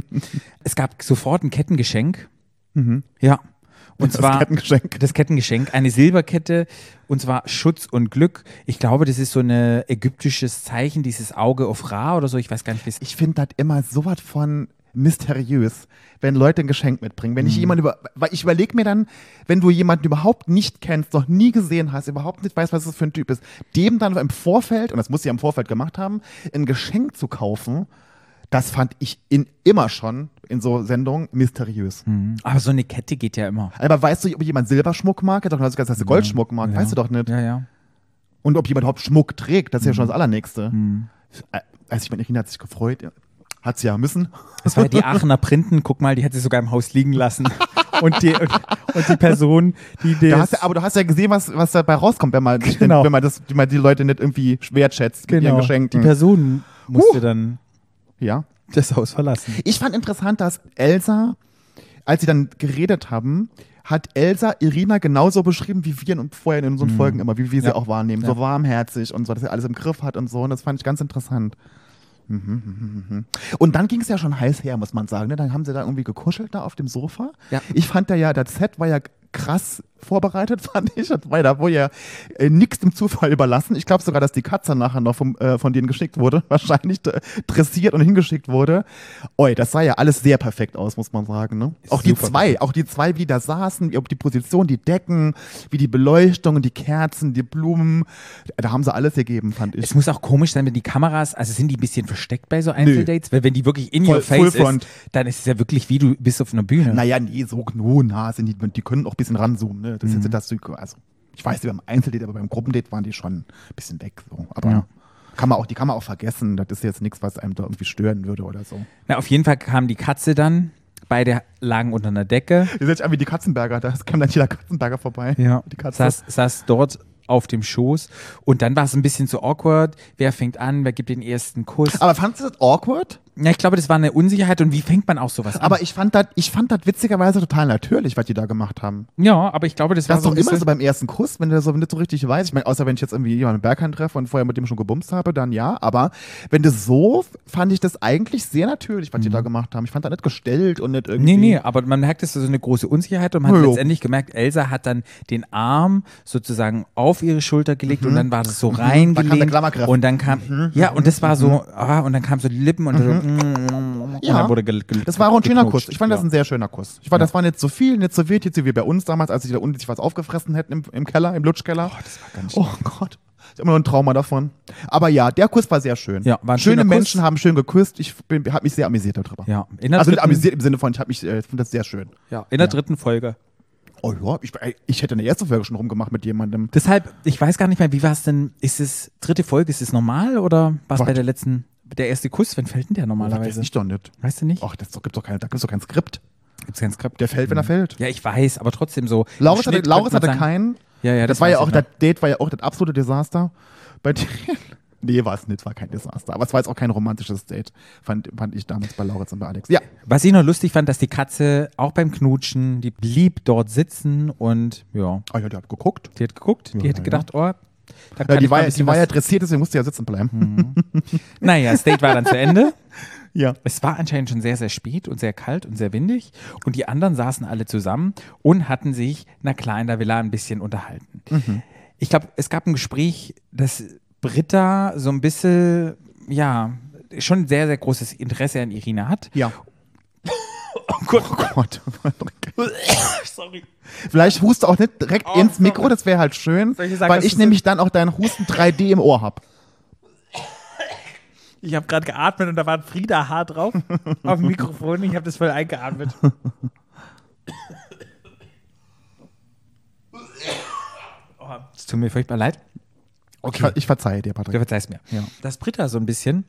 S4: es gab sofort ein Kettengeschenk. Ja. Und
S1: Mhm. Das
S4: zwar
S1: Kettengeschenk.
S4: das Kettengeschenk, eine Silberkette und zwar Schutz und Glück. Ich glaube, das ist so ein ägyptisches Zeichen, dieses Auge auf Ra oder so. Ich weiß gar nicht, wie es
S1: Ich finde das immer so was von mysteriös, wenn Leute ein Geschenk mitbringen.
S4: Mhm.
S1: Wenn ich jemanden über, weil ich überlege mir dann, wenn du jemanden überhaupt nicht kennst, noch nie gesehen hast, überhaupt nicht weißt, was das für ein Typ ist, dem dann im Vorfeld, und das muss sie ja im Vorfeld gemacht haben, ein Geschenk zu kaufen, das fand ich in, immer schon in so Sendungen mysteriös.
S4: Hm. Aber so eine Kette geht ja immer.
S1: Aber weißt du, ob jemand Silberschmuck mag? Doch, also, dass er Goldschmuck mag, weißt du doch nicht.
S4: Ja, Mhm. ja.
S1: Und ob jemand überhaupt Schmuck trägt, das ist ja schon das Allernächste. Äh, Also ich meine, Irina hat sich gefreut. Hat sie ja müssen.
S4: Das war ja die Aachener Printen, guck mal, die hat sie sogar im Haus liegen lassen. Und die, und, und die Person, die
S1: Du
S4: das,
S1: hast ja, aber du hast ja gesehen, was, was dabei rauskommt, wenn man,
S4: Genau.
S1: wenn man, das, wenn man die Leute nicht irgendwie wertschätzt mit ihren
S4: genau, die
S1: Geschenken.
S4: Person musste
S1: Huh.
S4: dann
S1: ja.
S4: das Haus verlassen.
S1: Ich fand interessant, dass Elsa, als sie dann geredet haben, hat Elsa Irina genauso beschrieben, wie wir in, vorher in unseren Folgen immer, wie wir sie
S4: Mhm. Ja.
S1: auch wahrnehmen.
S4: Ja.
S1: So warmherzig und so, dass sie alles im Griff hat und so. Und das fand ich ganz interessant. Mhm, mhm, mhm, mhm. Und dann ging es ja schon heiß her, muss man sagen. Ne? Dann haben sie da irgendwie gekuschelt da auf dem Sofa.
S4: Ja.
S1: Ich fand da ja, das Set war ja krass vorbereitet, fand ich. Das war da wohl ja äh, nichts dem Zufall überlassen. Ich glaube sogar, dass die Katze nachher noch vom, äh, von denen geschickt wurde. Wahrscheinlich äh, dressiert und hingeschickt wurde. Oi, das sah ja alles sehr perfekt aus, muss man sagen. Ne? Auch die
S4: super
S1: zwei, auch die zwei, wie die da saßen, wie ob die Position, die Decken, wie die Beleuchtung, die Kerzen, die Blumen. Da haben sie alles gegeben, fand ich.
S4: Es muss auch komisch sein, wenn die Kameras, also sind die ein bisschen versteckt bei so Einzeldates, weil wenn die wirklich in
S1: Voll-
S4: your
S1: Full
S4: face
S1: Front.
S4: ist, dann ist es ja wirklich wie du bist auf einer Bühne.
S1: Äh, Naja, nee, so nun, na, sind die, die können auch ein bisschen ranzoomen, ne? Das ist jetzt das, also ich weiß, beim Einzeldate, aber beim Gruppendate waren die schon ein bisschen weg, so. Aber
S4: Ja.
S1: kann man auch, die kann man auch vergessen, das ist jetzt nichts, was einem da irgendwie stören würde oder so.
S4: Na, auf jeden Fall kam die Katze dann, beide lagen unter einer Decke.
S1: Ihr seid an wie die Katzenberger, da kam dann jeder Katzenberger vorbei. Die Katze.
S4: Saß, saß dort auf dem Schoß und dann war es ein bisschen so awkward. Wer fängt an, wer gibt den ersten Kuss?
S1: Aber fandst du das awkward?
S4: Ja, ich glaube, das war eine Unsicherheit und wie fängt man auch sowas an?
S1: Aber ich fand das, ich fand das witzigerweise total natürlich, was die da gemacht haben.
S4: ja, aber ich glaube, das,
S1: Das
S4: war
S1: ist
S4: so
S1: doch
S4: ein
S1: immer
S4: bisschen,
S1: so beim ersten Kuss, wenn du das so nicht so richtig weißt. Ich meine, außer wenn ich jetzt irgendwie jemanden Berghand treffe und vorher mit dem schon gebumst habe, dann ja. Aber wenn das so, fand ich das eigentlich sehr natürlich, was die da gemacht haben. Ich fand da nicht gestellt und nicht irgendwie.
S4: Mhm. Nee, nee, aber man merkt, es ist so eine große Unsicherheit und man hat
S1: Nö, jo.
S4: letztendlich gemerkt, Elsa hat dann den Arm sozusagen auf ihre Schulter gelegt und dann war das so
S1: Dann Mhm. kam der
S4: reingelegt
S1: Klammergriff. Mhm.
S4: und dann kam ja und das war so ah, und dann kam so die Lippen und, so, mm, und
S1: Ja.
S4: dann wurde gel- gel-
S1: Das war auch ein schöner
S4: geknutscht.
S1: Kuss. Ich fand das
S4: Ja.
S1: ein sehr schöner Kuss. Ich fand, das war nicht so viel, nicht so wild, jetzt wie bei uns damals, als sie da unten sich was aufgefressen hätten im, im Keller, im Lutschkeller. Oh, das war ganz schön. Oh Gott. Ist immer noch ein Trauma davon. Aber ja, der Kuss war sehr schön.
S4: Ja, war ein
S1: Schöne
S4: schöner Kuss.
S1: Menschen haben schön geküsst. Ich habe mich sehr amüsiert darüber.
S4: ja. In der
S1: Also nicht
S4: dritten,
S1: amüsiert im Sinne von, ich habe mich, äh, ich fand das sehr schön.
S4: ja, in der dritten Folge.
S1: Oh ja, ich, ich hätte in der ersten Folge schon rumgemacht mit jemandem.
S4: Deshalb, ich weiß gar nicht mehr, wie war es denn? Ist es dritte Folge? Ist es normal oder war es
S1: Was?
S4: bei der letzten? Der erste Kuss, wann fällt denn der
S1: Das
S4: normalerweise?
S1: ich doch nicht.
S4: Weißt du nicht?
S1: Ach, das gibt doch kein, da gibt's doch kein Skript.
S4: Gibt's kein Skript? Mhm.
S1: Der fällt, wenn er fällt.
S4: Ja, ich weiß, aber trotzdem so. im
S1: Lauris
S4: Schnitt
S1: hatte, Lauris
S4: könnte
S1: hatte
S4: man sagen-
S1: keinen.
S4: Ja, ja,
S1: das,
S4: das
S1: war ja
S4: weiß ich
S1: auch,
S4: noch.
S1: das Date war ja auch das absolute Desaster. Bei denen. Nee, war es nicht, war kein Desaster. Aber es war jetzt auch kein romantisches Date, fand, fand ich damals bei Lauritz und bei Alex. Ja,
S4: Was ich noch lustig fand, dass die Katze auch beim Knutschen, die blieb dort sitzen und ja,
S1: oh, ja die hat geguckt.
S4: die hat geguckt, die
S1: Ja,
S4: hat
S1: ja.
S4: gedacht, oh, da
S1: Ja,
S4: kann
S1: die
S4: ich mal
S1: war,
S4: ein
S1: ja-
S4: bisschen
S1: die war ja
S4: was- Mhm.
S1: dressiert, deswegen musste ja sitzen bleiben.
S4: Naja, das Date war dann zu Ende.
S1: Ja.
S4: Es war anscheinend schon sehr, sehr spät und sehr kalt und sehr windig. Und die anderen saßen alle zusammen und hatten sich, na klar, in der Villa ein bisschen unterhalten.
S1: Mhm.
S4: Ich glaube, es gab ein Gespräch, dass Britta so ein bisschen, ja, schon ein sehr, sehr großes Interesse an Irina hat.
S1: Ja.
S4: Oh Gott,
S1: Oh Gott. Sorry. Vielleicht huste auch nicht direkt
S4: Oh,
S1: ins Mikro,
S4: sorry.
S1: das wäre halt schön,
S4: Soll ich sagen,
S1: weil
S4: dass
S1: ich
S4: das-
S1: nämlich dann auch deinen Husten 3D im Ohr habe.
S4: ich habe gerade geatmet und da war ein Frieda Haar drauf auf dem Mikrofon. Ich habe das voll eingeatmet. Oh, es tut mir furchtbar leid.
S1: Okay. Ich, verzeihe dir,
S4: Du
S1: Patrick.
S4: verzeihst mir. Dass Britta so ein bisschen,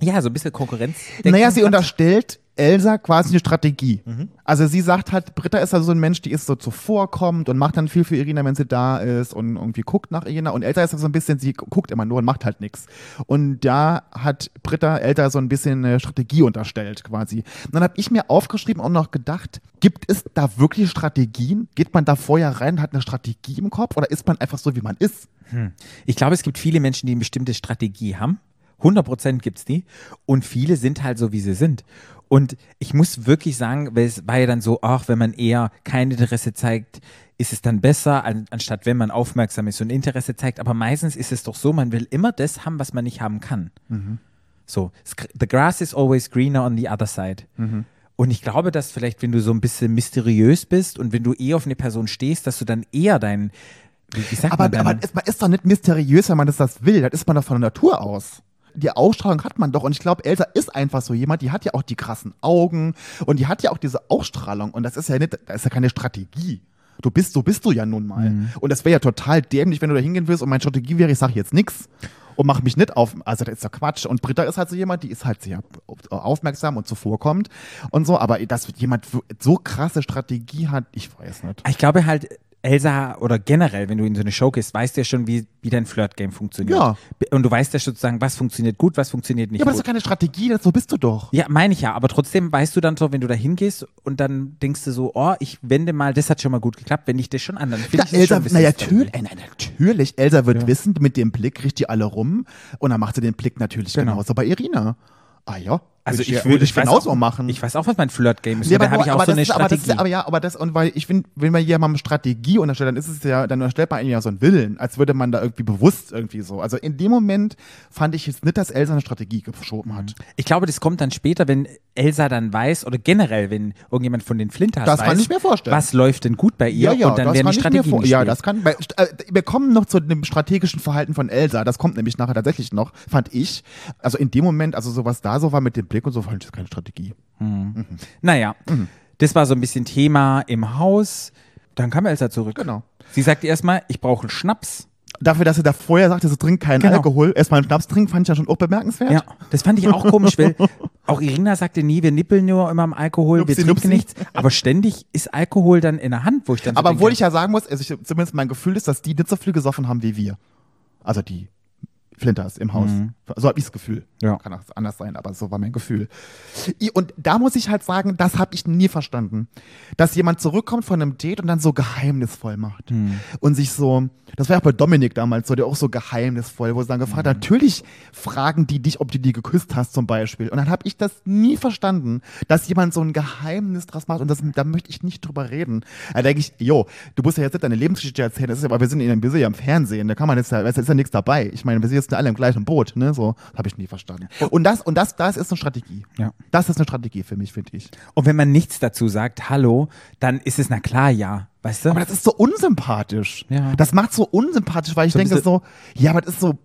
S4: ja, so ein bisschen Konkurrenz.
S1: Naja, sie unterstellt Elsa quasi eine Strategie. Also sie sagt halt, Britta ist also so ein Mensch, die ist so zuvorkommend und macht dann viel für Irina, wenn sie da ist und irgendwie guckt nach Irina. Und Elsa ist halt so ein bisschen, sie guckt immer nur und macht halt nichts. Und da hat Britta Elsa so ein bisschen eine Strategie unterstellt quasi. Und dann habe ich mir aufgeschrieben und noch gedacht, gibt es da wirklich Strategien? Geht man da vorher rein und hat eine Strategie im Kopf oder ist man einfach so, wie man ist?
S4: Ich glaube, es gibt viele Menschen, die eine bestimmte Strategie haben. 100 Prozent gibt es die. Und viele sind halt so, wie sie sind. Und ich muss wirklich sagen, weil es war ja dann so, ach, wenn man eher kein Interesse zeigt, ist es dann besser, an, anstatt wenn man aufmerksam ist und Interesse zeigt. Aber meistens ist es doch so, man will immer das haben, was man nicht haben kann.
S1: Mhm.
S4: So, es- the grass is always greener on the other side.
S1: Mhm.
S4: Und ich glaube, dass vielleicht, wenn du so ein bisschen mysteriös bist und wenn du eh auf eine Person stehst, dass du dann eher dein, wie, wie sagt
S1: Aber,
S4: man dann?
S1: aber ist, man ist doch nicht mysteriös, wenn man das, das will. Das ist man doch von der Natur aus. Die Ausstrahlung hat man doch. Und ich glaube, Elsa ist einfach so jemand, die hat ja auch die krassen Augen und die hat ja auch diese Ausstrahlung. Und das ist ja nicht, das ist ja keine Strategie. Du bist, so bist du ja nun mal. Und das wäre ja total dämlich, wenn du da hingehen willst und meine Strategie wäre, ich sage jetzt nichts und mach mich nicht auf. Also das ist ja Quatsch. Und Britta ist halt so jemand, die ist halt sehr aufmerksam und zuvorkommt und so. Aber dass jemand so krasse Strategie hat, ich weiß nicht.
S4: Ich glaube halt, Elsa oder generell, wenn du in so eine Show gehst, weißt du ja schon, wie, wie dein Flirt-Game funktioniert.
S1: Ja.
S4: Und du weißt ja sozusagen, was funktioniert gut, was funktioniert nicht
S1: Ja, aber das ist
S4: gut.
S1: doch keine Strategie, das- so bist du doch.
S4: Ja, meine ich ja, aber trotzdem weißt du dann so, wenn du da hingehst und dann denkst du so, oh, ich wende mal, das hat schon mal gut geklappt, wenn ich das schon an, dann
S1: Ja,
S4: finde ich das schon
S1: Elsa,
S4: ein bisschen
S1: na,
S4: strange.
S1: natürlich, ey, na, natürlich. Elsa wird wissen, mit dem Blick kriegt die alle rum und dann macht sie den Blick natürlich
S4: Genau.
S1: genauso bei Irina. Ah ja.
S4: Also
S1: ja-
S4: ich würde
S1: ich genauso machen.
S4: Ich weiß auch, was mein Flirt-Game ist.
S1: Ja,
S4: und da habe
S1: nur-
S4: ich auch so
S1: das
S4: eine
S1: ist, aber, das
S4: Strategie.
S1: ist, aber ja, aber das, und weil ich finde, wenn man jemandem Strategie unterstellt, dann ist es ja, dann unterstellt man ihnen ja so einen Willen, als würde man da irgendwie bewusst irgendwie so. Also in dem Moment fand ich jetzt nicht, dass Elsa eine Strategie geschoben hat.
S4: Ich glaube, das kommt dann später, wenn Elsa dann weiß oder generell, wenn irgendjemand von den Flinters
S1: Das
S4: weiß,
S1: kann ich mir vorstellen.
S4: was läuft denn gut bei ihr und dann werden die
S1: kann ich mir
S4: Strategien
S1: vor- Ja,
S4: gespielt.
S1: das kann. Weil, äh, wir kommen noch zu dem strategischen Verhalten von Elsa. Das kommt nämlich nachher tatsächlich noch, fand ich. Also in dem Moment, also sowas da so war mit dem Blick und so, fand ich das keine Strategie.
S4: Naja,
S1: Mhm.
S4: das war so ein bisschen Thema im Haus. Dann kam Elsa zurück.
S1: Genau.
S4: Sie sagte erstmal, ich brauche einen Schnaps.
S1: Dafür, dass sie da vorher sagte, sie trinkt keinen
S4: Genau.
S1: Alkohol, erstmal einen Schnaps trinken, fand ich ja schon auch bemerkenswert.
S4: Ja, das fand ich auch komisch, weil auch Irina sagte nie, wir nippeln nur immer am Alkohol,
S1: Nupsi,
S4: wir trinken
S1: nupsi.
S4: nichts. Aber ständig ist Alkohol dann in der Hand, wo ich dann so
S1: Aber
S4: denke,
S1: obwohl ich ja sagen muss, also ich, zumindest mein Gefühl ist, dass die nicht so viel gesoffen haben wie wir. Also die Flinters im Haus. So habe ich das Gefühl.
S4: Mhm. Ja.
S1: Kann auch anders sein, aber so war mein Gefühl. I- Und da muss ich halt sagen, das habe ich nie verstanden. Dass jemand zurückkommt von einem Date und dann so geheimnisvoll macht. Und sich so, das war ja auch bei Dominik damals so, der auch so geheimnisvoll, wo sie dann gefragt hat, natürlich fragen die dich, ob du die geküsst hast zum Beispiel. Und dann habe ich das nie verstanden, dass jemand so ein Geheimnis draus macht und das, da möchte ich nicht drüber reden. Da denke ich, jo, du musst ja jetzt nicht deine Lebensgeschichte erzählen, das ist ja, aber wir sind, in, wir sind ja im Fernsehen, da kann man jetzt, ja- da ist ja nichts dabei. Ich meine, wir sind jetzt alle im gleichen Boot, ne, so, habe ich nie verstanden. Und das, und das, das ist eine Strategie.
S4: Ja.
S1: Das ist eine Strategie für mich, finde ich.
S4: Und wenn man nichts dazu sagt, hallo, dann ist es na klar, ja. Weißt du?
S1: Aber das ist so unsympathisch.
S4: Ja.
S1: Das macht so unsympathisch, weil ich
S4: So
S1: denke
S4: diese-
S1: so, ja, aber das ist so,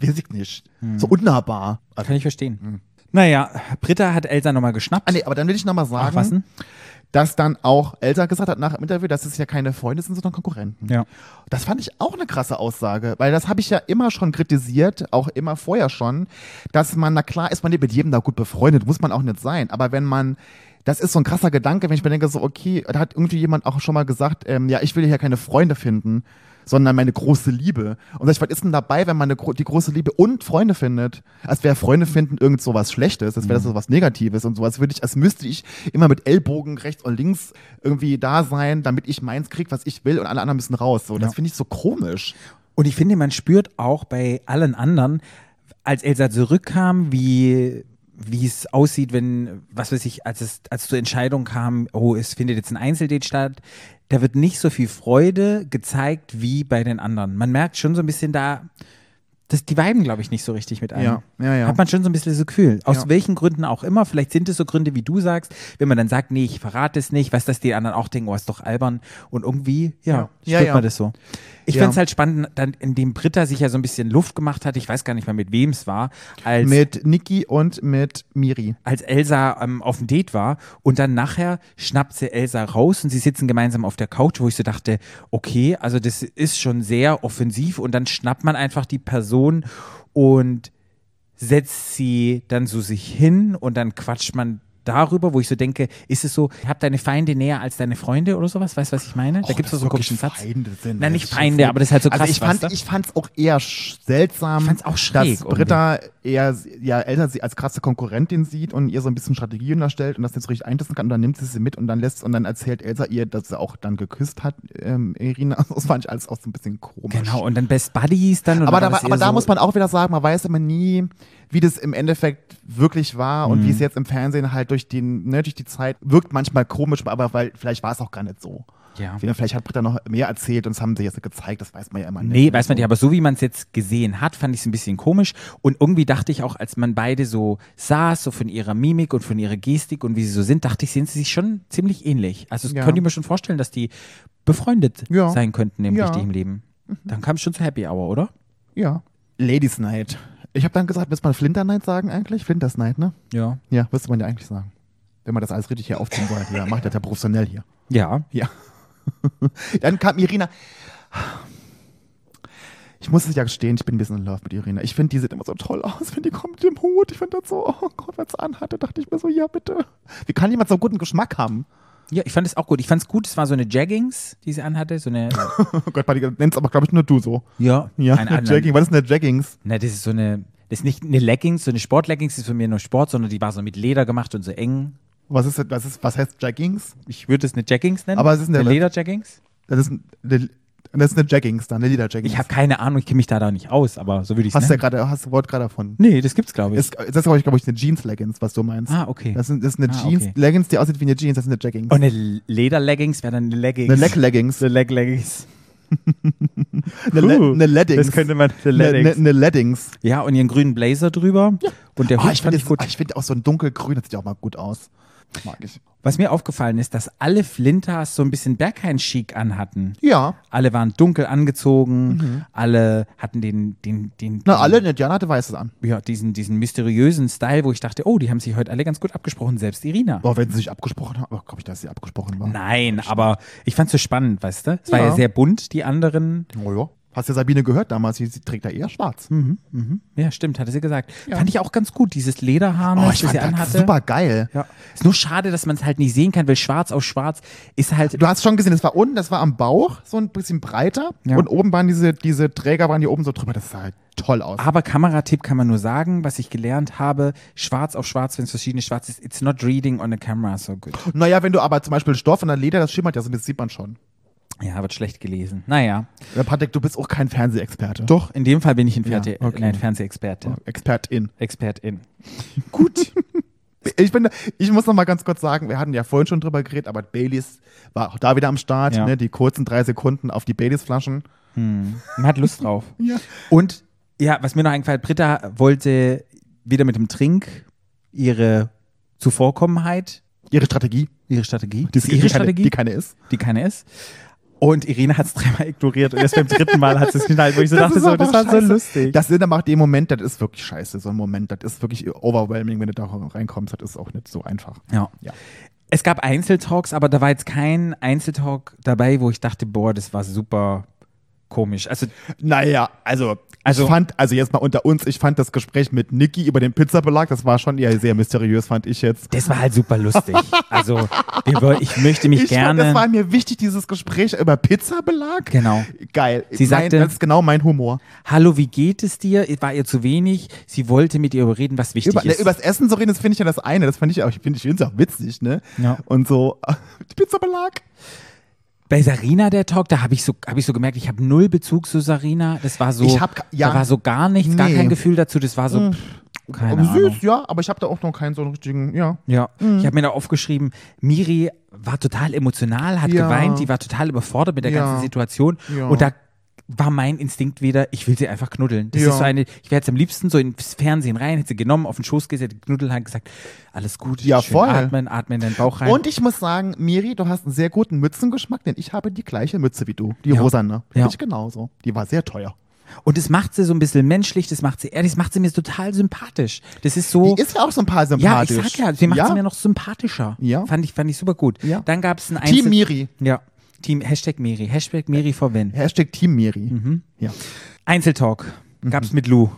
S1: weiß ich nicht,
S4: Hm.
S1: so unnahbar. Also,
S4: Kann ich verstehen. Naja, Britta hat Elsa nochmal geschnappt.
S1: ah, nee, aber dann will ich nochmal sagen,
S4: Ach, was denn?
S1: dass dann auch Elsa gesagt hat nach dem Interview, dass es ja keine Freunde sind, sondern Konkurrenten.
S4: Ja.
S1: Das fand ich auch eine krasse Aussage, weil das habe ich ja immer schon kritisiert, auch immer vorher schon, dass man, na klar, ist man nicht mit jedem da gut befreundet, muss man auch nicht sein, aber wenn man, das ist so ein krasser Gedanke, wenn ich mir denke, so, okay, da hat irgendwie jemand auch schon mal gesagt, ähm, ja, ich will hier keine Freunde finden. sondern meine große Liebe. Und sag ich, was ist denn dabei, wenn man eine, gro- die große Liebe und Freunde findet? Als wäre Freunde finden irgend so was Schlechtes, als wäre das so was Negatives und sowas würde ich, als müsste ich immer mit Ellbogen rechts und links irgendwie da sein, damit ich meins krieg, was ich will und alle anderen müssen raus. So, das
S4: Ja.
S1: finde ich so komisch.
S4: Und ich finde, man spürt auch bei allen anderen, als Elsa zurückkam, wie wie es aussieht, wenn, was weiß ich, als es als zur Entscheidung kam, oh, es findet jetzt ein Einzeldate statt, da wird nicht so viel Freude gezeigt wie bei den anderen. Man merkt schon so ein bisschen da, das, die weiben, glaube ich, nicht so richtig mit einem.
S1: Ja, ja, ja.
S4: Hat man schon so ein bisschen so Gefühl. Aus
S1: Ja.
S4: welchen Gründen auch immer. Vielleicht sind es so Gründe, wie du sagst, wenn man dann sagt, nee, ich verrate es nicht, was das die anderen auch denken, oh, ist doch albern. Und irgendwie, ja,
S1: Ja.
S4: spürt
S1: Ja, ja.
S4: man das so. Ich
S1: Ja.
S4: fand's halt spannend, dann, indem Britta sich ja so ein bisschen Luft gemacht hat, ich weiß gar nicht mehr, mit wem es war, als,
S1: Mit Niki und mit Miri.
S4: als Elsa ähm, auf dem Date war und dann nachher schnappt sie Elsa raus und sie sitzen gemeinsam auf der Couch, wo ich so dachte, okay, also das ist schon sehr offensiv und dann schnappt man einfach die Person und setzt sie dann so sich hin und dann quatscht man darüber, wo ich so denke, ist es so, hab deine Feinde näher als deine Freunde oder sowas, weißt du, was ich meine? da
S1: Och,
S4: gibt es
S1: dass
S4: so einen
S1: Oh, wirklich
S4: komischen Satz.
S1: Feinde sind.
S4: Na,
S1: Das
S4: nicht
S1: ist schon
S4: Feinde,
S1: so-
S4: aber das ist halt so krass.
S1: Also ich fand,
S4: weißt du?
S1: ich fand's auch eher sch- seltsam.
S4: Ich fand's auch schräg
S1: Dass Britta eher, ja, Elsa sie als krasse Konkurrentin sieht und ihr so ein bisschen Strategien erstellt und das nicht so richtig eintesten kann und dann nimmt sie sie mit und dann lässt und dann erzählt Elsa ihr, dass sie auch dann geküsst hat, ähm, Irina. Das fand ich alles auch so ein bisschen komisch.
S4: Genau, und dann Best Buddies dann. Und
S1: Aber, da,
S4: war das
S1: aber
S4: eher
S1: da
S4: so,
S1: muss man auch wieder sagen, man weiß immer nie, wie das im Endeffekt wirklich war
S4: Mhm.
S1: und wie es jetzt im Fernsehen halt durch, den, ne, durch die Zeit wirkt manchmal komisch, aber weil, vielleicht war es auch gar nicht so.
S4: Ja.
S1: Wieder- Vielleicht hat Britta noch mehr erzählt und es haben sie jetzt gezeigt, das weiß man ja immer nicht.
S4: Nee, weiß man nicht, aber so wie man es jetzt gesehen hat, fand ich es ein bisschen komisch. Und irgendwie dachte ich auch, als man beide so saß, so von ihrer Mimik und von ihrer Gestik und wie sie so sind, dachte ich, sehen sie sich schon ziemlich ähnlich. Also das
S1: Ja.
S4: könnte ich mir schon vorstellen, dass die befreundet
S1: Ja.
S4: sein könnten im
S1: Ja. Mhm.
S4: richtigen Leben. Dann kam es schon zu Happy Hour, oder?
S1: Ja. Ladies Night. Ich habe dann gesagt, müsste man Flinter Night sagen eigentlich? Flinters Night, ne?
S4: Ja.
S1: Ja, müsste man ja eigentlich sagen. Wenn man das alles richtig hier aufziehen wollte. Ja, macht das ja professionell hier.
S4: Ja.
S1: Ja. Dann kam Irina. Ich muss es ja gestehen, ich bin ein bisschen in love mit Irina. Ich finde, die sieht immer so toll aus, wenn die kommt mit dem Hut. Ich finde das so, oh Gott, was sie anhatte, dachte ich mir so, ja, bitte. Wie kann jemand so guten Geschmack haben?
S4: Ja, ich fand es auch gut. Ich fand es gut, es war so eine Jaggings, die sie anhatte, so eine.
S1: Oh Gott, nennst aber, glaube ich, nur du so.
S4: ja,
S1: Ja,
S4: eine
S1: eine
S4: andere.
S1: Jagging, was ist eine Jaggings?
S4: Na, das ist so eine. Das ist nicht eine Leggings, so eine Sportleggings, die ist für mich nur Sport, sondern die war so mit Leder gemacht und so eng.
S1: Was, ist, was, ist, was heißt Jaggings?
S4: Ich würde es eine Jaggings nennen.
S1: Aber es ist eine-
S4: Lederjaggings.
S1: Das ist eine, das ist eine Jaggings dann, eine Liederjaggings.
S4: Ich habe keine Ahnung, ich kenne mich da da nicht aus, aber so würde ich
S1: hast
S4: es
S1: du ja gerade, hast du Wort gerade davon.
S4: Nee, das gibt's, glaube ich.
S1: Ist, das ist, glaube ich, glaub ich, eine Jeans-Leggings, was du meinst.
S4: Ah, okay.
S1: Das sind, das sind eine
S4: Ah, okay.
S1: Jeans-Leggings, die aussieht wie eine Jeans, das sind eine Jaggings.
S4: Und Oh, eine Lederleggings wäre dann eine Leggings.
S1: Eine Leg-Leggings.
S4: Eine Leg-Leggings.
S1: Eine, Le
S4: Puh,
S1: eine Ne- Leddings.
S4: Das könnte man. Eine
S1: eine, eine,
S4: Leggings.
S1: eine Leddings.
S4: Ja, und ihren grünen Blazer drüber. Und der
S1: Ah,
S4: Hut
S1: ich
S4: fand
S1: finde
S4: ich gut.
S1: find auch so ein dunkelgrün, das sieht auch mal gut aus. Mag ich.
S4: Was mir aufgefallen ist, dass alle Flinters so ein bisschen Berghain-Chic anhatten.
S1: Ja.
S4: Alle waren dunkel angezogen, alle hatten den, den, den,
S1: Mhm. Na, alle, ne, Diana hatte weißes an.
S4: ja, diesen, diesen mysteriösen Style, wo ich dachte, oh, die haben sich heute alle ganz gut abgesprochen, selbst Irina.
S1: Boah, wenn sie sich abgesprochen haben. Aber glaube ich, dass sie abgesprochen waren.
S4: Nein, aber ich fand's so spannend, weißt du? Es war
S1: Ja.
S4: ja sehr bunt, die anderen.
S1: Oh, ja. Hast ja Sabine gehört damals, sie, sie trägt da eher schwarz.
S4: Hm. Ja, stimmt, hatte sie gesagt.
S1: Ja.
S4: Fand ich auch ganz gut, dieses Lederharnisch,
S1: Oh, ich
S4: das
S1: fand
S4: sie
S1: das
S4: anhatte.
S1: super geil.
S4: Ja. Ist nur schade, dass man es halt nicht sehen kann, weil schwarz auf schwarz ist halt.
S1: Du hast schon gesehen, das war unten, das war am Bauch, so ein bisschen breiter.
S4: Ja.
S1: Und oben waren diese, diese Träger, waren hier oben so drüber. Das sah halt toll aus.
S4: Aber Kameratipp kann man nur sagen, was ich gelernt habe, schwarz auf schwarz, wenn es verschiedene schwarz ist, it's not reading on a camera so good.
S1: Naja, wenn du aber zum Beispiel Stoff und dann Leder, das schimmert ja so, ein bisschen, das sieht man schon.
S4: Ja, wird schlecht gelesen. Naja.
S1: Ja, Patrick, du bist auch kein Fernsehexperte.
S4: Doch, in dem Fall bin ich ein,
S1: Ja,
S4: Fernseh
S1: okay.
S4: nein, Fernsehexperte.
S1: Expertin.
S4: Expertin.
S1: Gut. Ich, bin, ich muss noch mal ganz kurz sagen, wir hatten ja vorhin schon drüber geredet, aber Baileys war auch da wieder am Start,
S4: Ja.
S1: ne, die kurzen drei Sekunden auf die Baileys-Flaschen.
S4: Man hat Lust drauf.
S1: Ja.
S4: Und ja, was mir noch eingefallen, Britta wollte wieder mit dem Trink ihre Zuvorkommenheit,
S1: Ihre Strategie,
S4: ihre Strategie,
S1: die,
S4: das ist ihre
S1: die, keine,
S4: Strategie,
S1: die keine ist.
S4: die keine ist. Und Irene hat es dreimal ignoriert und erst beim dritten Mal hat sie es geschnallt, wo ich so dachte, so,
S1: aber
S4: das war so
S1: scheiße.
S4: lustig.
S1: Das sind macht den Moment, das ist wirklich scheiße, so ein Moment. Das ist wirklich overwhelming, wenn du da reinkommst. Das ist auch nicht so einfach.
S4: ja.
S1: Ja.
S4: Es gab Einzeltalks, aber da war jetzt kein Einzeltalk dabei, wo ich dachte, boah, das war super komisch. Also
S1: Naja, also ich fand, also jetzt mal unter uns, ich fand das Gespräch mit Niki über den Pizzabelag, das war schon eher sehr mysteriös, fand ich jetzt.
S4: Das war halt super lustig. Also, wir woll- ich möchte mich
S1: fand,
S4: gerne.
S1: das war mir wichtig, dieses Gespräch über Pizzabelag.
S4: Genau.
S1: Geil.
S4: Sie sagte-
S1: mein, das ist genau mein Humor.
S4: Hallo, wie geht es dir? War ihr zu wenig? Sie wollte mit ihr überreden, was wichtig
S1: Über, ne,
S4: ist.
S1: übers Essen so reden, das finde ich ja das eine. Das fand ich auch, ich finde ich find's auch witzig, ne?
S4: Ja.
S1: Und so, Pizzabelag.
S4: Bei Sarina der Talk, da habe ich so habe ich so gemerkt, ich habe null Bezug zu Sarina. Das war so,
S1: Ich hab ka- ja.
S4: da war so gar nichts, gar
S1: Nee. Mm.
S4: kein Gefühl dazu. Das war so pff, keine
S1: Aber
S4: Ahnung.
S1: süß, Mm. ja, aber ich habe da auch noch keinen so einen richtigen, ja.
S4: Ja, ich habe mir da aufgeschrieben, Miri war total emotional, hat
S1: Ja.
S4: geweint, die war total überfordert mit der
S1: Ja.
S4: ganzen Situation.
S1: Ja.
S4: Und da war mein Instinkt wieder, ich will sie einfach knuddeln. Das
S1: Ja.
S4: ist so eine, ich wäre jetzt am liebsten so ins Fernsehen rein, hätte sie genommen, auf den Schoß gesetzt, geknuddelt, hat gesagt, alles gut,
S1: Ja,
S4: schön
S1: voll.
S4: atmen, atmen in den Bauch rein.
S1: Und ich muss sagen, Miri, du hast einen sehr guten Mützengeschmack, denn ich habe die gleiche Mütze wie du, die
S4: Ja.
S1: rosane. Die
S4: Ja.
S1: hab Ich genauso. Die war sehr teuer.
S4: Und das macht sie so ein bisschen menschlich, das macht sie ehrlich, das macht sie mir total sympathisch. Das ist so.
S1: Die ist ja auch so ein paar
S4: ja, ich
S1: sympathisch.
S4: sag ja, sie macht sie mir noch sympathischer.
S1: Ja.
S4: Fand ich, fand ich super gut.
S1: Ja.
S4: Dann gab es ein
S1: Team
S4: Einzel-
S1: Miri.
S4: Ja. Team Hashtag Miri. Hashtag Miri for Win.
S1: Hashtag Team Miri.
S4: Mhm.
S1: Ja.
S4: Einzeltalk
S1: Mhm.
S4: gab's mit Lou.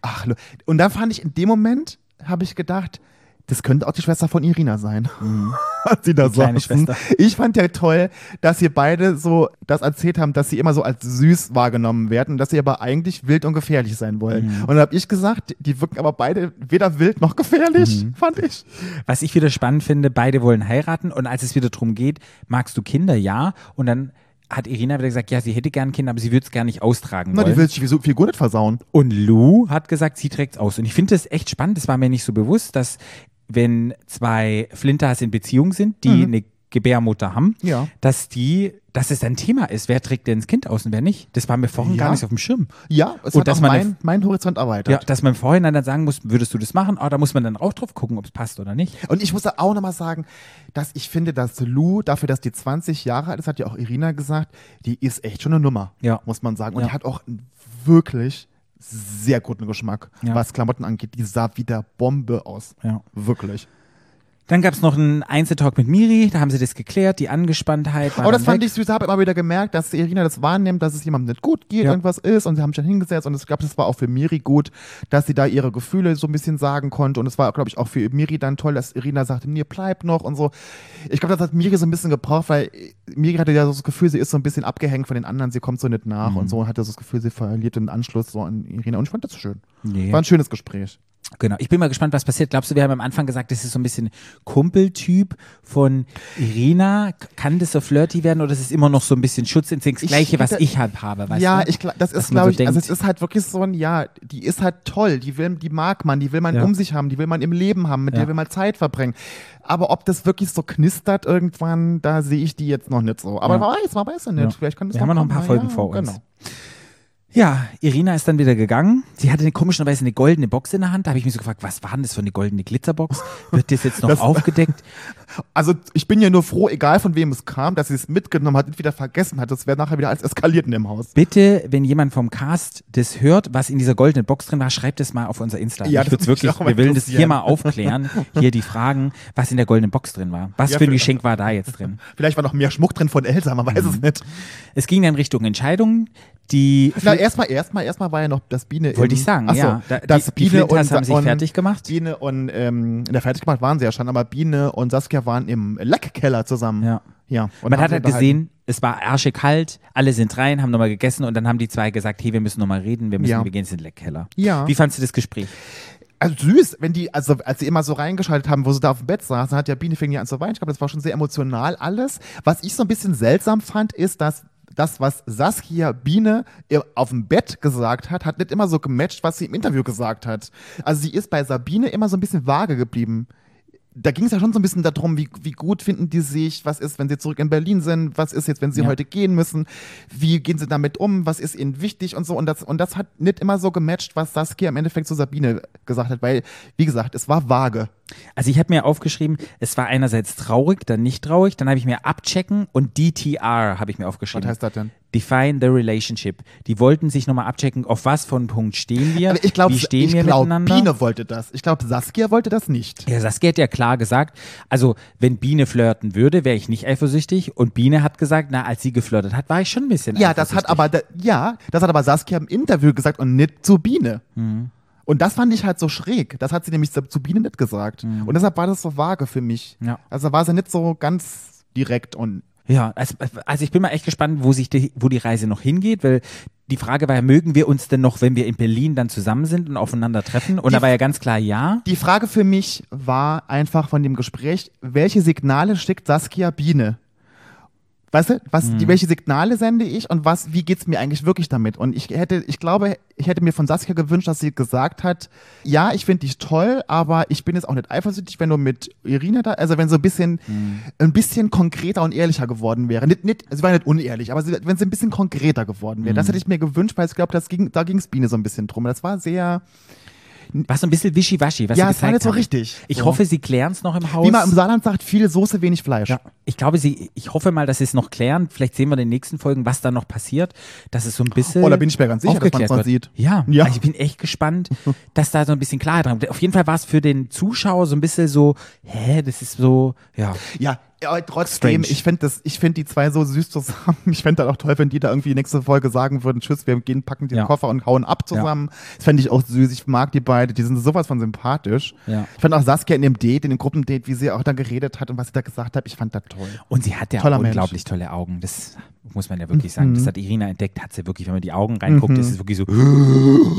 S1: Ach, lo- und dann fand ich in dem Moment, habe ich gedacht, das könnte auch die Schwester von Irina sein. Als sie da
S4: Mhm. kleine
S1: saßen.
S4: Schwester.
S1: Ich fand ja toll, dass sie beide so das erzählt haben, dass sie immer so als süß wahrgenommen werden, dass sie aber eigentlich wild und gefährlich sein wollen.
S4: Mhm.
S1: Und dann habe ich gesagt, die wirken aber beide weder wild noch gefährlich,
S4: Mhm.
S1: fand ich.
S4: Was ich wieder spannend finde, beide wollen heiraten und als es wieder drum geht, magst du Kinder, ja? Und dann hat Irina wieder gesagt, ja, sie hätte gern Kinder, aber sie würde es gar nicht austragen
S1: Na,
S4: wollen.
S1: die will sich so viel gut nicht versauen.
S4: und Lou hat gesagt, sie trägt's aus. Und ich finde das echt spannend, das war mir nicht so bewusst, dass wenn zwei Flinters in Beziehung sind, die eine Gebärmutter haben,
S1: Mhm. Ja.
S4: dass die, dass es ein Thema ist, wer trägt denn das Kind aus und wer nicht. Das war mir vorhin
S1: Ja.
S4: gar nicht auf dem Schirm.
S1: Ja, es
S4: Und
S1: hat
S4: dass
S1: auch
S4: man eine-
S1: mein, mein Horizont erweitert.
S4: Ja, dass man im Vorhinein dann sagen muss, würdest du das machen? Oh, da muss man dann auch drauf gucken, ob es passt oder nicht.
S1: Und ich muss da auch nochmal sagen, dass ich finde, dass Lou, dafür, dass die 20 Jahre alt ist, hat ja auch Irina gesagt, die ist echt schon eine Nummer,
S4: Ja.
S1: muss man sagen. Und
S4: Ja.
S1: die hat auch einen wirklich sehr guten Geschmack,
S4: Ja.
S1: was Klamotten angeht. Die sah wie der Bombe aus.
S4: Ja.
S1: Wirklich.
S4: Dann gab's noch einen Einzeltalk mit Miri, da haben sie das geklärt, die Angespanntheit. war
S1: Aber Oh, das
S4: dann
S1: fand
S4: weg.
S1: ich süß. Ich habe immer wieder gemerkt, dass Irina das wahrnimmt, dass es jemandem nicht gut geht,
S4: Ja.
S1: irgendwas ist. Und sie haben sich dann hingesetzt. Und ich glaube, das war auch für Miri gut, dass sie da ihre Gefühle so ein bisschen sagen konnte. Und es war, glaube ich, auch für Miri dann toll, dass Irina sagte, nee, bleib noch und so. Ich glaube, das hat Miri so ein bisschen gebraucht, weil Miri hatte ja so das Gefühl, sie ist so ein bisschen abgehängt von den anderen. Sie kommt so nicht nach und so. Und hatte so das Gefühl, sie verliert den Anschluss so an Irina. Und ich fand das schön.
S4: Nee.
S1: War ein schönes Gespräch.
S4: Genau. Ich bin mal gespannt, was passiert. Glaubst du, wir haben am Anfang gesagt, das ist so ein bisschen Kumpeltyp von Irina. K- Kann das so flirty werden oder ist es immer noch so ein bisschen Schutzinstinkt? Das
S1: Ich
S4: Gleiche, was
S1: hätte-
S4: ich halt habe, weißt
S1: ja,
S4: du?
S1: ich gla- das
S4: Dass
S1: ist,
S4: man
S1: glaube
S4: so
S1: ich, also
S4: denkt.
S1: es ist halt wirklich so ein, ja, die ist halt toll, die will, die mag man, die will man
S4: Ja.
S1: um sich haben, die will man im Leben haben, mit
S4: Ja.
S1: der will man Zeit verbringen. Aber ob das wirklich so knistert irgendwann, da sehe ich die jetzt noch nicht so. Aber
S4: Ja.
S1: man weiß, man weiß ja nicht.
S4: Ja.
S1: Vielleicht kann das
S4: Wir haben ja noch ein
S1: kommen.
S4: paar Folgen
S1: ja,
S4: vor uns.
S1: Genau.
S4: Ja, Irina ist dann wieder gegangen. Sie hatte eine, komischerweise eine goldene Box in der Hand. Da habe ich mich so gefragt, was war denn das für eine goldene Glitterbox? Wird das jetzt noch
S1: Das-
S4: aufgedeckt?
S1: Also ich bin ja nur froh, egal von wem es kam, dass sie es mitgenommen hat und wieder vergessen hat. Das wäre nachher wieder alles eskaliert in dem Haus.
S4: Bitte, wenn jemand vom Cast das hört, was in dieser goldenen Box drin war, schreibt es mal auf unser Insta.
S1: Ja,
S4: ich
S1: das
S4: würde
S1: würde mich
S4: wirklich,
S1: auch mal
S4: wir wollen das hier
S1: interessieren.
S4: mal aufklären. Hier die Fragen, was in der goldenen Box drin war. Was
S1: Ja,
S4: für ein
S1: für-
S4: Geschenk war da jetzt drin?
S1: Vielleicht war noch mehr Schmuck drin von Elsa, man weiß
S4: Mhm.
S1: es nicht.
S4: Es ging dann Richtung Entscheidungen, die
S1: Na, erstmal, erstmal, erstmal war ja noch das Biene. im-
S4: Wollte ich sagen,
S1: Ach so,
S4: ja. Da- die-
S1: das
S4: die
S1: Biene
S4: Flinters
S1: und,
S4: haben sich
S1: und,
S4: fertig gemacht.
S1: Biene und, ähm, na, fertig gemacht waren sie ja schon, aber Biene und Saskia waren im Lackkeller zusammen.
S4: Ja.
S1: ja und
S4: man
S1: haben
S4: hat
S1: sie
S4: halt
S1: unterhalten.
S4: gesehen, es war arschekalt, alle sind rein, haben nochmal gegessen und dann haben die zwei gesagt, hey, wir müssen nochmal reden, wir müssen,
S1: Ja.
S4: wir gehen jetzt in den Leckkeller.
S1: Ja.
S4: Wie fandst du das Gespräch?
S1: Also süß, wenn die, also als sie immer so reingeschaltet haben, wo sie da auf dem Bett saßen, hat ja Biene fing ja an zu weinen. Ich glaube, das war schon sehr emotional alles. Was ich so ein bisschen seltsam fand, ist, dass das, was Saskia Biene ihr auf dem Bett gesagt hat, hat nicht immer so gematcht, was sie im Interview gesagt hat. Also sie ist bei Sabine immer so ein bisschen vage geblieben. Da ging es ja schon so ein bisschen darum, wie, wie gut finden die sich, was ist, wenn sie zurück in Berlin sind, was ist jetzt, wenn sie
S4: Ja.
S1: heute gehen müssen, wie gehen sie damit um, was ist ihnen wichtig und so. Und das, und das hat nicht immer so gematcht, was Saskia im Endeffekt zu Sabine gesagt hat, weil, wie gesagt, es war vage.
S4: Also ich habe mir aufgeschrieben, es war einerseits traurig, dann nicht traurig, dann habe ich mir abchecken und DTR habe ich mir aufgeschrieben.
S1: Was heißt das denn?
S4: Define the relationship. Die wollten sich nochmal abchecken, auf was von einem Punkt stehen wir,
S1: Aber Also ich glaube,
S4: wie stehen
S1: ich
S4: wir
S1: glaub,
S4: miteinander.
S1: Biene wollte das. Ich glaube, Saskia wollte das nicht.
S4: Ja, Saskia hat ja klar gesagt, also wenn Biene flirten würde, wäre ich nicht eifersüchtig. Und Biene hat gesagt, na, als sie geflirtet hat, war ich schon ein bisschen
S1: Ja, das
S4: eifersüchtig.
S1: hat aber da, ja, das hat aber Saskia im Interview gesagt und nicht zu Biene.
S4: Hm.
S1: Und das fand ich halt so schräg. Das hat sie nämlich zu Biene nicht gesagt. Und deshalb war das so vage für mich.
S4: Hm. Ja.
S1: Also war sie nicht so ganz direkt und
S4: Ja, also, also ich bin mal echt gespannt, wo sich die, wo die Reise noch hingeht, weil die Frage war ja, mögen wir uns denn noch, wenn wir in Berlin dann zusammen sind und aufeinander treffen? Und
S1: Die-
S4: da war ja ganz klar ja.
S1: Die Frage für mich war einfach von dem Gespräch, welche Signale schickt Saskia Biene? Weißt du, was,
S4: Mhm.
S1: die, welche Signale sende ich und was, wie geht's mir eigentlich wirklich damit? Und ich hätte, ich glaube, ich hätte mir von Saskia gewünscht, dass sie gesagt hat, ja, ich finde dich toll, aber ich bin jetzt auch nicht eifersüchtig, wenn du mit Irina da, also wenn so ein bisschen,
S4: Mhm.
S1: ein bisschen konkreter und ehrlicher geworden wäre. Nicht, nicht, sie war nicht unehrlich, aber sie, wenn sie ein bisschen konkreter geworden wäre.
S4: Mhm.
S1: Das hätte ich mir gewünscht, weil ich glaube, das ging, da ging's Biene so ein bisschen drum. Das war sehr,
S4: War so ein bisschen wischiwaschi, was
S1: Ja,
S4: sie
S1: es war
S4: gezeigt
S1: nicht so
S4: haben.
S1: richtig.
S4: Ich
S1: So.
S4: hoffe, sie klären es noch im Haus.
S1: wie man im Saarland sagt, viel Soße, wenig Fleisch.
S4: ja, ich glaube, sie, ich hoffe mal, dass sie es noch klären. Vielleicht sehen wir in den nächsten Folgen, was da noch passiert. Dass es so ein bisschen.
S1: Oh, da bin ich mir ganz sicher, dass man's
S4: aufgeklärt
S1: noch sieht.
S4: wird. Ja,
S1: Ja.
S4: Also ich bin echt gespannt, dass da so ein bisschen Klarheit dran kommt. Auf jeden Fall war es für den Zuschauer so ein bisschen so, hä, das ist so, ja.
S1: Ja, aber trotzdem,
S4: Strange.
S1: ich finde das, ich finde die zwei so süß zusammen. Ich fände das auch toll, wenn die da irgendwie nächste Folge sagen würden, tschüss, wir gehen, packen den
S4: Ja.
S1: Koffer und hauen ab zusammen. Das fände ich auch süß. Ich mag die beiden, die sind sowas von sympathisch.
S4: Ja.
S1: Ich fand auch Saskia in dem Date, in dem Gruppendate, wie sie auch da geredet hat und was sie da gesagt hat, ich fand das toll.
S4: Und sie hat ja
S1: Toller Mensch. Mhm.
S4: unglaublich tolle Augen. Das muss man ja wirklich sagen. Das hat Irina entdeckt, hat sie wirklich, wenn man die Augen reinguckt, ist es wirklich so,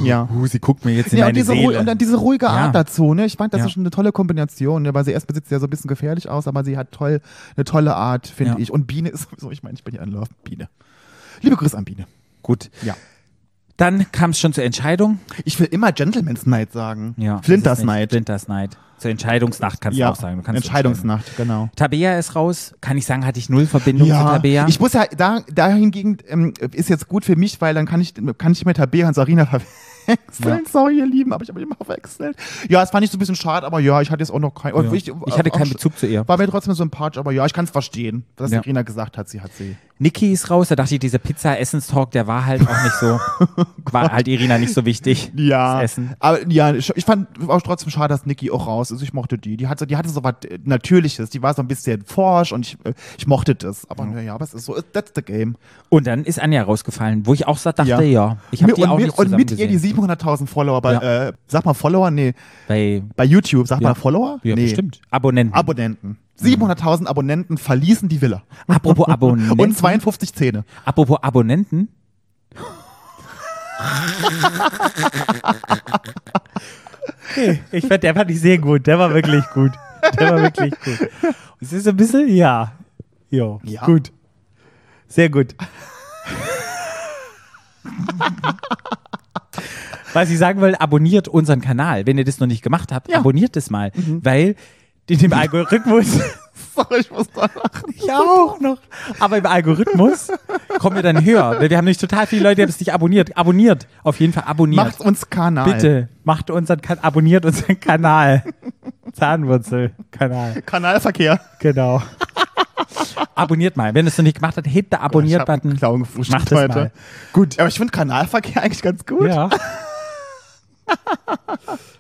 S1: Ja.
S4: "Huh, sie guckt mir jetzt in
S1: Mhm. Ja, und
S4: meine
S1: diese, Ru-
S4: Seele.
S1: und dann diese ruhige Art
S4: Ja.
S1: dazu, ne? Ich fand, das
S4: Ja.
S1: ist schon eine tolle Kombination, ne? weil sie erst besitzt ja so ein bisschen gefährlich aus, aber sie hat toll, eine tolle Art, finde
S4: Ja.
S1: ich. Und Biene ist sowieso, ich meine, ich bin ja in Love, Biene. Liebe Grüße an Biene.
S4: Gut.
S1: Ja.
S4: Dann kam es schon zur Entscheidung.
S1: Ich will immer Gentleman's Night sagen.
S4: Ja, das
S1: Flinters
S4: ist nicht-
S1: Night.
S4: Flinters Night. Zur Entscheidungsnacht kannst du auch sagen. Du kannst
S1: Entscheidungsnacht, genau.
S4: entscheiden. Tabea ist raus. Kann ich sagen, hatte ich null Verbindung zu Tabea.
S1: ich muss ja, da, dahingegen ähm, ist jetzt gut für mich, weil dann kann ich, kann ich mit Tabea und Sarina verwechseln. Sorry, ihr Lieben, aber ich habe mich immer verwechselt. Ja, das fand ich so ein bisschen schade, aber ja, ich hatte jetzt auch noch kein,
S4: Ja. Ich hatte
S1: auch-
S4: keinen Bezug zu ihr.
S1: War mir trotzdem sympathisch, aber ja, ich kann es verstehen, dass
S4: Ja.
S1: Sarina gesagt hat, sie hat sie.
S4: Niki ist raus. Da dachte ich, dieser Pizza-Essenstalk, der war halt auch nicht so, war halt Irina nicht so wichtig.
S1: Ja,
S4: Das Essen.
S1: aber ja, ich ich fand auch trotzdem schade, dass Niki auch raus ist. Ich mochte die. Die hatte, die hatte so was äh, Natürliches. Die war so ein bisschen forsch und ich, äh, ich mochte das. Aber ja, ja aber es ist so, that's the game.
S4: Und dann ist Anja rausgefallen, wo ich auch sa- dachte, ja,
S1: Ja.
S4: ich habe
S1: Mir-
S4: die
S1: und,
S4: auch
S1: mir-
S4: nicht
S1: und mit ihr
S4: zusammen
S1: die
S4: gesehen.
S1: 700.000 Follower bei,
S4: Ja.
S1: äh, sag mal Follower? Nee,
S4: Bei,
S1: bei YouTube, sag
S4: Ja.
S1: mal Follower?
S4: ja,
S1: nee.
S4: bestimmt. Abonnenten.
S1: Abonnenten. 700.000 Abonnenten verließen die Villa.
S4: Apropos Abonnenten.
S1: Und 52 Zähne.
S4: Apropos Abonnenten. Ich fand, der fand ich sehr gut. Der war wirklich gut. Der war wirklich gut. Es ist ein bisschen, ja. Jo,
S1: Ja.
S4: gut. Sehr gut. Was ich sagen will, abonniert unseren Kanal. Wenn ihr das noch nicht gemacht habt,
S1: Ja.
S4: abonniert es mal, weil in dem Algorithmus
S1: Sorry, ich muss da lachen.
S4: ich auch noch. Aber im Algorithmus kommen wir dann höher. Weil wir haben nämlich total viele Leute, die haben es nicht abonniert. Abonniert. Auf jeden Fall abonniert.
S1: Macht uns Kanal.
S4: Bitte macht unseren kan abonniert unseren Kanal. Zahnwurzelkanal.
S1: Kanalverkehr.
S4: Genau. abonniert mal. Wenn ihr es noch nicht gemacht habt, hebt der Abonniert-Button.
S1: Klauen
S4: Macht
S1: gefrühstückt
S4: das
S1: heute.
S4: mal.
S1: Gut. Aber ich finde Kanalverkehr eigentlich ganz gut.
S4: Ja.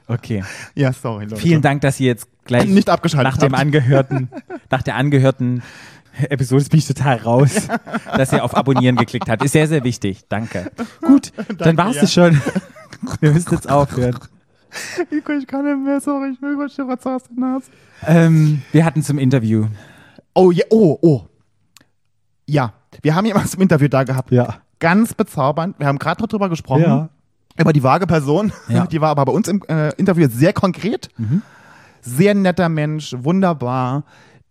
S4: Okay.
S1: Ja, sorry, Leute.
S4: Vielen Dank, dass ihr jetzt gleich
S1: Also Nicht abgeschaltet
S4: nach dem
S1: habt.
S4: angehörten, nach der angehörten Episode bin ich total raus, dass ihr auf Abonnieren geklickt habt. Ist sehr, sehr wichtig. Danke. Gut, dann war's
S1: ja.
S4: es schon. Wir müssen jetzt aufhören.
S1: Nico, ich kann nicht mehr, sorry, ich will schon was aus der Nase.
S4: Ähm, wir hatten zum Interview.
S1: Oh, ja, oh, oh. Ja, wir haben jemanden zum Interview da gehabt.
S4: Ja.
S1: Ganz bezaubernd. Wir haben gerade drüber gesprochen.
S4: Ja.
S1: Über die vage Person.
S4: Ja.
S1: Die war aber bei uns im äh, Interview sehr konkret. Sehr netter Mensch, wunderbar.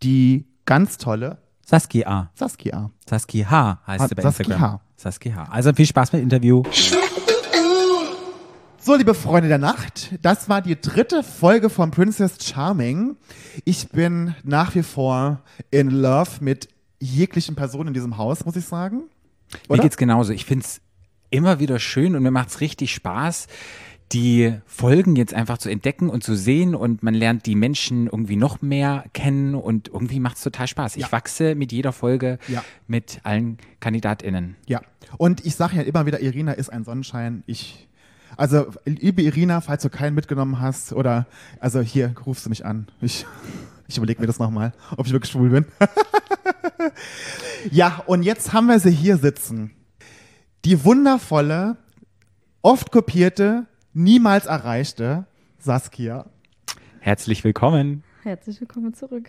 S1: Die ganz tolle
S4: Saskia.
S1: Saskia.
S4: Saskia H. heißt sie bei
S1: Saskia.
S4: Instagram. Saskia H. Also viel Spaß mit dem Interview.
S1: So, liebe Freunde der Nacht, das war die dritte Folge von Princess Charming. Ich bin nach wie vor in love mit jeglichen Personen in diesem Haus, muss ich sagen.
S4: Mir
S1: Oder?
S4: geht's genauso. Ich find's immer wieder schön und mir macht's richtig Spaß, die Folgen jetzt einfach zu entdecken und zu sehen und man lernt die Menschen irgendwie noch mehr kennen und irgendwie macht es total Spaß. Ich
S1: Ja.
S4: wachse mit jeder Folge
S1: Ja.
S4: mit allen KandidatInnen.
S1: Ja, und ich sage ja immer wieder, Irina ist ein Sonnenschein. Ich, also liebe Irina, falls du keinen mitgenommen hast oder, also hier rufst du mich an. Ich, ich überlege mir das nochmal, ob ich wirklich schwul bin. ja, und jetzt haben wir sie hier sitzen. Die wundervolle, oft kopierte, niemals erreichte Saskia.
S4: Herzlich willkommen.
S3: Herzlich willkommen zurück.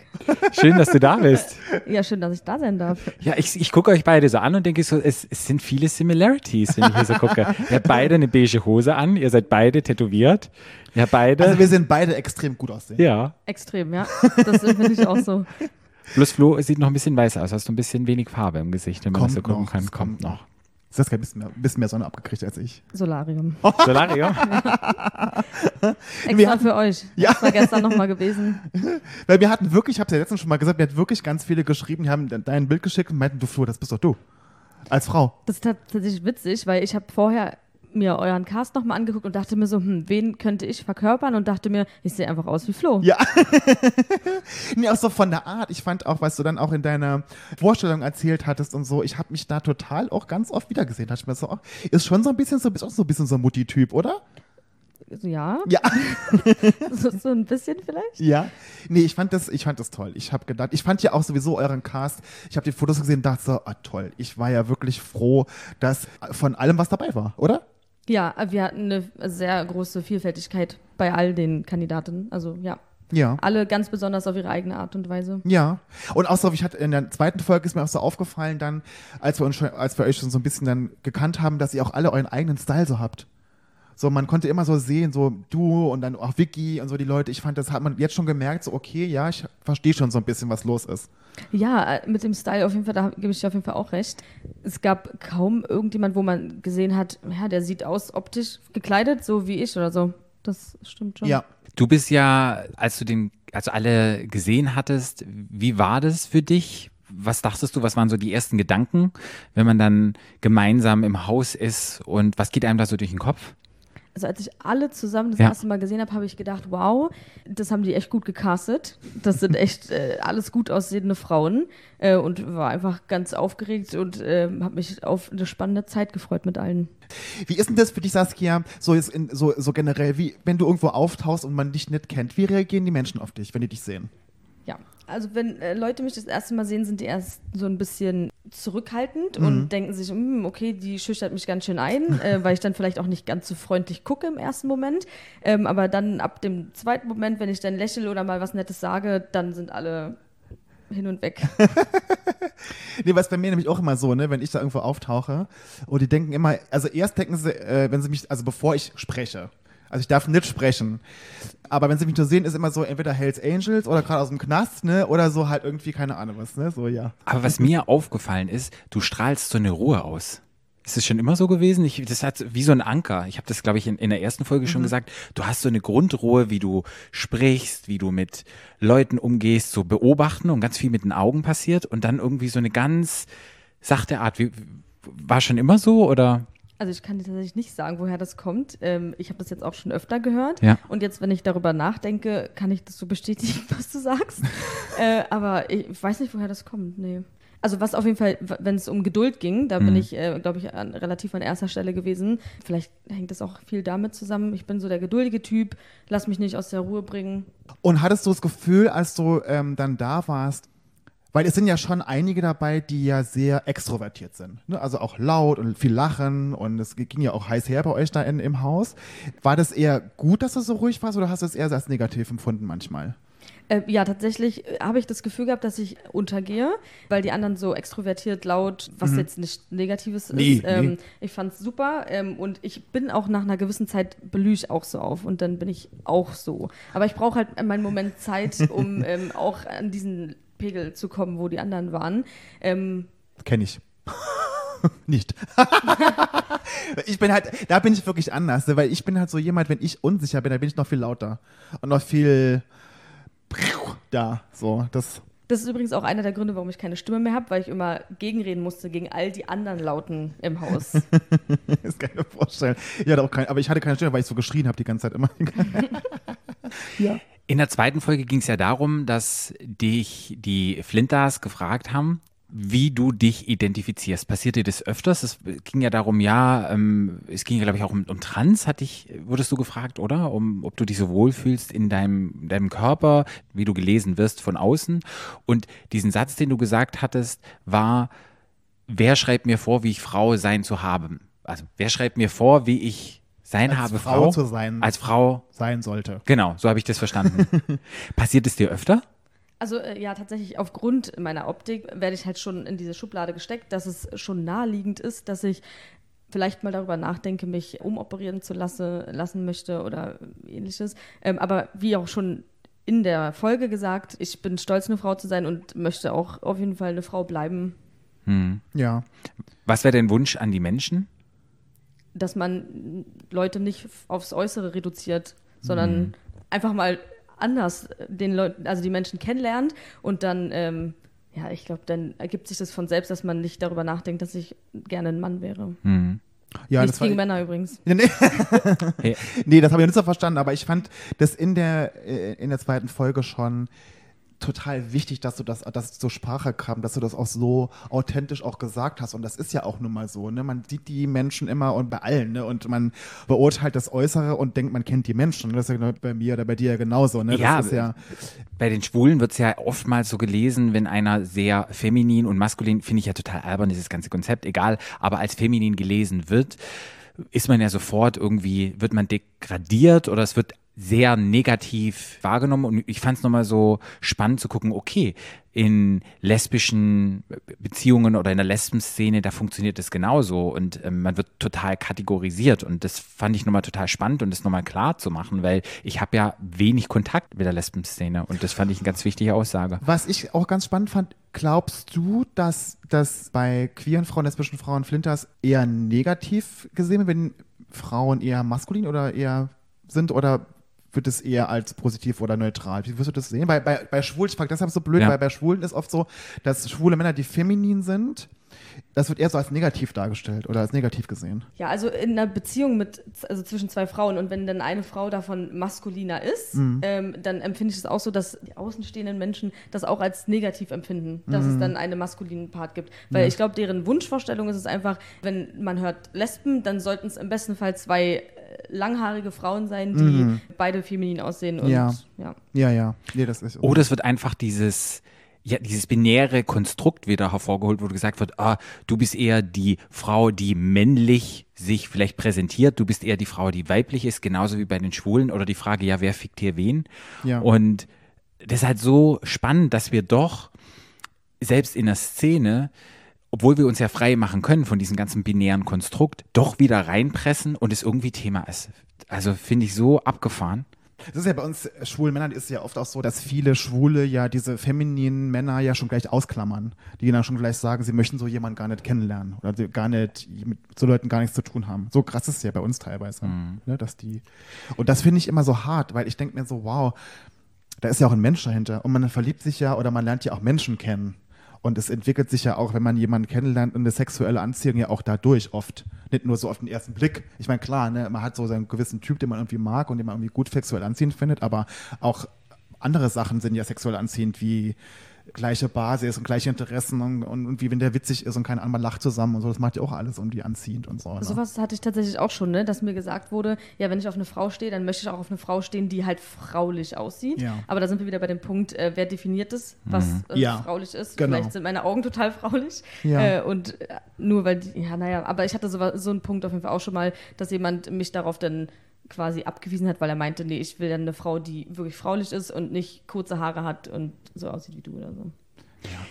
S4: Schön, dass du da bist.
S3: Ja, schön, dass ich da sein darf.
S4: Ja, ich, ich gucke euch beide so an und denke so, es, es sind viele Similarities, wenn ich hier so gucke. Ihr habt beide eine beige Hose an, ihr seid beide tätowiert. Ihr habt beide.
S1: Also wir sind beide extrem gut aussehen.
S4: ja.
S3: Extrem, ja. Das finde ich auch so.
S4: Plus Flo sieht noch ein bisschen weiß aus, hast du ein bisschen wenig Farbe im Gesicht, wenn man
S1: Kommt
S4: das so gucken
S1: noch,
S4: kann.
S1: das kommt
S4: Kommt noch.
S1: Saskia hat ein bisschen mehr, ein bisschen mehr Sonne abgekriegt als ich.
S3: Solarium.
S4: Solarium.
S3: Extra
S1: Oh, Wir-
S3: für euch.
S1: Ja.
S3: Das war gestern nochmal gewesen.
S1: Weil wir hatten wirklich, ich habe es ja letztens schon mal gesagt, wir hatten wirklich ganz viele geschrieben, die haben dein Bild geschickt und meinten, du Flo, das bist doch du. Als Frau.
S3: Das ist tats- tatsächlich witzig, weil ich habe vorher mir euren Cast nochmal angeguckt und dachte mir so, hm, wen könnte ich verkörpern? Und dachte mir, ich sehe einfach aus wie Flo.
S1: Ja. Nee, auch so von der Art. Ich fand auch, was du dann auch in deiner Vorstellung erzählt hattest und so, ich habe mich da total auch ganz oft wiedergesehen. Da Dachte ich mir so, ach, ist schon so ein bisschen so, bist auch so ein bisschen so ein Mutti-Typ, oder?
S3: So, ja.
S1: Ja.
S3: So, so ein bisschen vielleicht.
S1: Ja. Nee, ich fand das, ich fand das toll. Ich habe gedacht, ich fand ja auch sowieso euren Cast. Ich habe die Fotos gesehen und dachte so, ah toll. Ich war ja wirklich froh, dass von allem was dabei war, oder?
S3: Ja, wir hatten eine sehr große Vielfältigkeit bei all den Kandidatinnen. Also ja,
S1: Ja.
S3: alle ganz besonders auf ihre eigene Art und Weise.
S1: Ja. Und auch so, ich hatte in der zweiten Folge ist mir auch so aufgefallen, dann, als wir uns schon, als wir euch schon so ein bisschen dann gekannt haben, dass ihr auch alle euren eigenen Style so habt. So, man konnte immer so sehen, so du und dann auch Vicky und so die Leute. Ich fand, das hat man jetzt schon gemerkt, so okay, ja, ich verstehe schon so ein bisschen, was los ist.
S3: Ja, äh, mit dem Style auf jeden Fall, da gebe ich dir auf jeden Fall auch recht. Es gab kaum irgendjemand, wo man gesehen hat, ja, der sieht aus optisch gekleidet, so wie ich oder so. Das stimmt schon.
S1: Ja.
S4: Du bist ja, als du den, also alle gesehen hattest, wie war das für dich? Was dachtest du, was waren so die ersten Gedanken, wenn man dann gemeinsam im Haus ist und was geht einem da so durch den Kopf?
S3: Also als ich alle zusammen das
S4: Ja.
S3: erste Mal gesehen habe, habe ich gedacht, wow, das haben die echt gut gecastet. Das sind echt äh, alles gut aussehende Frauen äh, und war einfach ganz aufgeregt und äh, habe mich auf eine spannende Zeit gefreut mit allen.
S1: Wie ist denn das für dich, Saskia, so jetzt in, so, so generell, wie, wenn du irgendwo auftauchst und man dich nicht kennt, wie reagieren die Menschen auf dich, wenn die dich sehen?
S3: Ja, also wenn äh, Leute mich das erste Mal sehen, sind die erst so ein bisschen zurückhaltend und denken sich, "Hm, okay, die schüchtert mich ganz schön ein, äh, weil ich dann vielleicht auch nicht ganz so freundlich gucke im ersten Moment. Ähm, aber dann ab dem zweiten Moment, wenn ich dann lächle oder mal was Nettes sage, dann sind alle hin und weg.
S1: Nee, was bei mir nämlich auch immer so, ne, wenn ich da irgendwo auftauche und die denken immer, also erst denken sie, äh, wenn sie mich, also bevor ich spreche. Also ich darf nicht sprechen. Aber wenn sie mich nur sehen, ist immer so entweder Hells Angels oder gerade aus dem Knast, ne, oder so halt irgendwie keine Ahnung was, ne, so ja.
S4: Aber was mir aufgefallen ist, du strahlst so eine Ruhe aus. Ist es schon immer so gewesen? Ich, das hat wie so ein Anker. Ich habe das, glaube ich, in, in der ersten Folge schon gesagt. Du hast so eine Grundruhe, wie du sprichst, wie du mit Leuten umgehst, so beobachten und ganz viel mit den Augen passiert und dann irgendwie so eine ganz sachte Art. Wie, war schon immer so oder?
S3: Also ich kann dir tatsächlich nicht sagen, woher das kommt. Ähm, ich habe das jetzt auch schon öfter gehört.
S4: Ja.
S3: Und jetzt, wenn ich darüber nachdenke, kann ich das so bestätigen, was du sagst. äh, aber ich, ich weiß nicht, woher das kommt. Nee. Also was auf jeden Fall, w- wenn es um Geduld ging, da bin ich, äh, glaube ich, an, relativ an erster Stelle gewesen. Vielleicht hängt das auch viel damit zusammen. Ich bin so der geduldige Typ, lass mich nicht aus der Ruhe bringen.
S1: Und hattest du das Gefühl, als du ähm, dann da warst, weil es sind ja schon einige dabei, die ja sehr extrovertiert sind. Ne? Also auch laut und viel lachen und es ging ja auch heiß her bei euch da in, im Haus. War das eher gut, dass du so ruhig warst oder hast du es eher als negativ empfunden manchmal?
S3: Äh, ja, tatsächlich äh, habe ich das Gefühl gehabt, dass ich untergehe, weil die anderen so extrovertiert, laut, was jetzt nicht Negatives
S1: Nee,
S3: ist. Ähm,
S1: nee.
S3: Ich fand es super ähm, und ich bin auch nach einer gewissen Zeit blühe ich auch so auf und dann bin ich auch so. Aber ich brauche halt meinen Moment Zeit, um ähm, auch an diesen Pegel zu kommen, wo die anderen waren. Ähm,
S1: Kenne ich. Nicht. ich bin halt, da bin ich wirklich anders, ne? weil ich bin halt so jemand, wenn ich unsicher bin, dann bin ich noch viel lauter und noch viel da. So, das
S3: Das ist übrigens auch einer der Gründe, warum ich keine Stimme mehr habe, weil ich immer gegenreden musste gegen all die anderen Lauten im Haus.
S1: Das kann ich mir vorstellen. Ich hatte auch kein, aber ich hatte keine Stimme, weil ich so geschrien habe die ganze Zeit immer.
S4: In der zweiten Folge ging es ja darum, dass dich die Flinters gefragt haben, wie du dich identifizierst. Passiert dir das öfters? Es ging ja darum, ja, ähm, es ging ja, glaube ich, auch um, um Trans, hat dich, wurdest du gefragt, oder? Um, ob du dich so wohlfühlst in deinem, deinem Körper, wie du gelesen wirst von außen. Und diesen Satz, den du gesagt hattest, war, wer schreibt mir vor, wie ich Frau sein zu haben? Also, wer schreibt mir vor, wie ich sein
S1: Als
S4: habe,
S1: Frau zu sein.
S4: Als Frau
S1: Sein sollte.
S4: Genau, so habe ich das verstanden. Passiert es dir öfter?
S3: Also äh, ja, tatsächlich aufgrund meiner Optik werde ich halt schon in diese Schublade gesteckt, dass es schon naheliegend ist, dass ich vielleicht mal darüber nachdenke, mich umoperieren zu lasse, lassen möchte oder ähnliches. Ähm, aber wie auch schon in der Folge gesagt, ich bin stolz, eine Frau zu sein und möchte auch auf jeden Fall eine Frau bleiben,
S1: Ja.
S4: Was wäre dein Wunsch an die Menschen?
S3: dass man Leute nicht f- aufs Äußere reduziert, sondern einfach mal anders den Leuten, also die Menschen kennenlernt und dann, ähm, ja, ich glaube, dann ergibt sich das von selbst, dass man nicht darüber nachdenkt, dass ich gerne ein Mann wäre.
S1: Ja, eh
S3: Nichts gegen Männer übrigens.
S1: Nee, nee.
S4: Hm. Hey.
S1: nee, das habe ich nicht so verstanden, aber ich fand das in der, äh, in der zweiten Folge schon total wichtig, dass du das, dass es zur Sprache kam, dass du das auch so authentisch auch gesagt hast. Und das ist ja auch nun mal so, ne? Man sieht die Menschen immer und bei allen, ne? Und man beurteilt das Äußere und denkt, man kennt die Menschen. Das ist ja genau bei mir oder bei dir ja genauso, ne? Das
S4: Ja,
S1: ist ja.
S4: Bei den Schwulen wird es ja oftmals so gelesen, wenn einer sehr feminin und maskulin, finde ich ja total albern, dieses ganze Konzept, egal, aber als feminin gelesen wird, ist man ja sofort irgendwie, wird man degradiert oder es wird sehr negativ wahrgenommen und ich fand es nochmal so spannend zu gucken, okay, in lesbischen Beziehungen oder in der Lesbenszene, da funktioniert das genauso und ähm, man wird total kategorisiert und das fand ich nochmal total spannend und das nochmal klar zu machen, weil ich habe ja wenig Kontakt mit der Lesbenszene und das fand ich eine ganz wichtige Aussage.
S1: Was ich auch ganz spannend fand, glaubst du, dass das bei queeren Frauen, lesbischen Frauen, Flinters eher negativ gesehen wird, wenn Frauen eher maskulin oder eher sind oder wird es eher als positiv oder neutral? Wie wirst du das sehen? Bei, bei, bei Schwulen, ich frage deshalb so blöd,
S4: Ja.
S1: weil bei Schwulen ist oft so, dass schwule Männer, die feminin sind, das wird eher so als negativ dargestellt oder als negativ gesehen.
S3: Ja, also in einer Beziehung mit, also zwischen zwei Frauen und wenn dann eine Frau davon maskuliner ist, ähm, dann empfinde ich es auch so, dass die außenstehenden Menschen das auch als negativ empfinden, dass es dann einen maskulinen Part gibt. Weil ich glaube, deren Wunschvorstellung ist es einfach, wenn man hört Lesben, dann sollten es im besten Fall zwei äh, langhaarige Frauen sein, die beide feminin aussehen und
S1: Ja.
S3: ja.
S1: Ja, ja. Nee, das ist.
S4: Oder es Oh, wird einfach dieses, ja, dieses binäre Konstrukt wieder hervorgeholt, wo gesagt wird, ah, du bist eher die Frau, die männlich sich vielleicht präsentiert, du bist eher die Frau, die weiblich ist, genauso wie bei den Schwulen oder die Frage, ja, wer fickt hier wen?
S1: Ja.
S4: Und das ist halt so spannend, dass wir doch selbst in der Szene, obwohl wir uns ja frei machen können von diesem ganzen binären Konstrukt, doch wieder reinpressen und es irgendwie Thema ist. Also finde ich so abgefahren.
S1: Das ist ja bei uns äh, schwulen Männern ist es ja oft auch so, dass viele Schwule ja diese femininen Männer ja schon gleich ausklammern, die dann schon gleich sagen, sie möchten so jemanden gar nicht kennenlernen oder sie gar nicht mit so Leuten gar nichts zu tun haben. So krass ist es ja bei uns teilweise, ne, dass die und das finde ich immer so hart, weil ich denke mir so, wow, da ist ja auch ein Mensch dahinter und man verliebt sich ja oder man lernt ja auch Menschen kennen. Und es entwickelt sich ja auch, wenn man jemanden kennenlernt, eine sexuelle Anziehung ja auch dadurch oft. Nicht nur so auf den ersten Blick. Ich meine, klar, ne, man hat so seinen gewissen Typ, den man irgendwie mag und den man irgendwie gut sexuell anziehend findet, aber auch andere Sachen sind ja sexuell anziehend, wie gleiche Basis und gleiche Interessen und, und, und wie wenn der witzig ist und keine Ahnung, man lacht zusammen und so. Das macht ja auch alles irgendwie anziehend und so. Ne?
S3: Sowas hatte ich tatsächlich auch schon, ne? dass mir gesagt wurde, ja, wenn ich auf eine Frau stehe, dann möchte ich auch auf eine Frau stehen, die halt fraulich aussieht.
S1: Ja. Mhm.
S3: Aber da sind wir wieder bei dem Punkt, äh, wer definiert es, was äh,
S1: Ja,
S3: fraulich ist.
S1: genau.
S3: Vielleicht sind meine Augen total fraulich.
S1: Ja.
S3: Äh, und äh, nur weil die, ja, naja, aber ich hatte so, so einen Punkt auf jeden Fall auch schon mal, dass jemand mich darauf dann quasi abgewiesen hat, weil er meinte, nee, ich will dann eine Frau, die wirklich fraulich ist und nicht kurze Haare hat und so aussieht wie du oder so.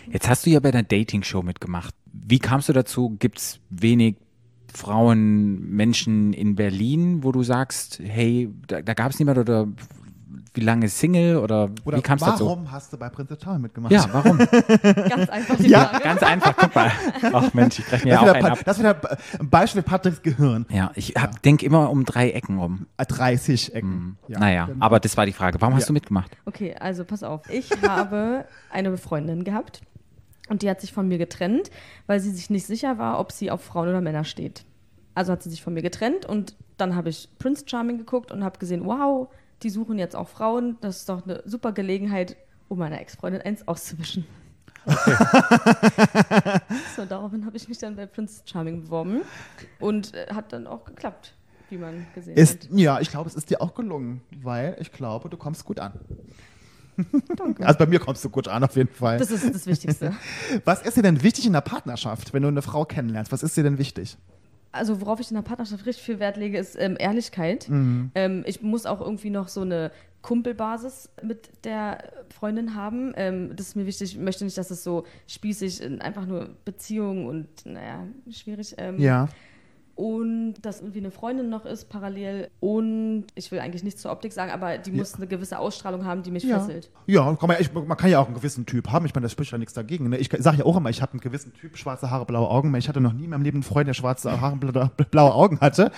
S4: Jetzt hast du ja bei der Dating-Show mitgemacht. Wie kamst du dazu? Gibt es wenig Frauen, Menschen in Berlin, wo du sagst, hey, da, da gab es niemand oder wie lange Single oder,
S1: Oder
S4: wie kam es dazu?
S1: warum hast du bei Prince Charles mitgemacht?
S4: Ja, warum?
S3: Ganz einfach die
S1: Ja.
S3: Frage.
S4: Ganz einfach, guck mal. Ach Mensch, ich breche mir
S1: das,
S4: ja auch
S1: ist wieder
S4: einen
S1: Pa-
S4: ab.
S1: das ist wieder Ba- ein Beispiel für Patricks Gehirn.
S4: Ja, ich denke immer um drei Ecken rum.
S1: Äh, 30 Ecken. Ja.
S4: naja,
S1: Dann-
S4: aber das war die Frage. Warum hast
S1: Ja.
S4: du mitgemacht?
S3: Okay, also pass auf. Ich habe eine Freundin gehabt und die hat sich von mir getrennt, weil sie sich nicht sicher war, ob sie auf Frauen oder Männer steht. Also hat sie sich von mir getrennt und dann habe ich Prince Charming geguckt und habe gesehen, wow, die suchen jetzt auch Frauen. Das ist doch eine super Gelegenheit, um meiner Ex-Freundin eins auszuwischen. so, daraufhin habe ich mich dann bei Prince Charming beworben und äh, hat dann auch geklappt, wie man gesehen
S1: Ist,
S3: hat.
S1: ja, ich glaube, es ist dir auch gelungen, weil ich glaube, du kommst gut an. Also bei mir kommst du gut an, auf jeden Fall.
S3: Das ist das Wichtigste.
S1: Was ist dir denn wichtig in der Partnerschaft, wenn du eine Frau kennenlernst? Was ist dir denn wichtig?
S3: also worauf ich in der Partnerschaft richtig viel Wert lege, ist ähm, Ehrlichkeit.
S1: Mhm.
S3: Ähm, ich muss auch irgendwie noch so eine Kumpelbasis mit der Freundin haben. Ähm, das ist mir wichtig. Ich möchte nicht, dass es so spießig in einfach nur Beziehungen und naja, schwierig. Ähm,
S1: Ja.
S3: Und dass irgendwie eine Freundin noch ist parallel. Und ich will eigentlich nichts zur Optik sagen, aber die muss eine gewisse Ausstrahlung haben, die mich
S1: Ja,
S3: fesselt.
S1: ja komm, ich, man kann ja auch einen gewissen Typ haben. Ich meine, das spricht ja nichts dagegen. Ne? Ich sage ja auch immer, ich habe einen gewissen Typ, schwarze Haare, blaue Augen. Ich hatte noch nie in meinem Leben einen Freund, der schwarze Haare, blaue, blaue Augen hatte.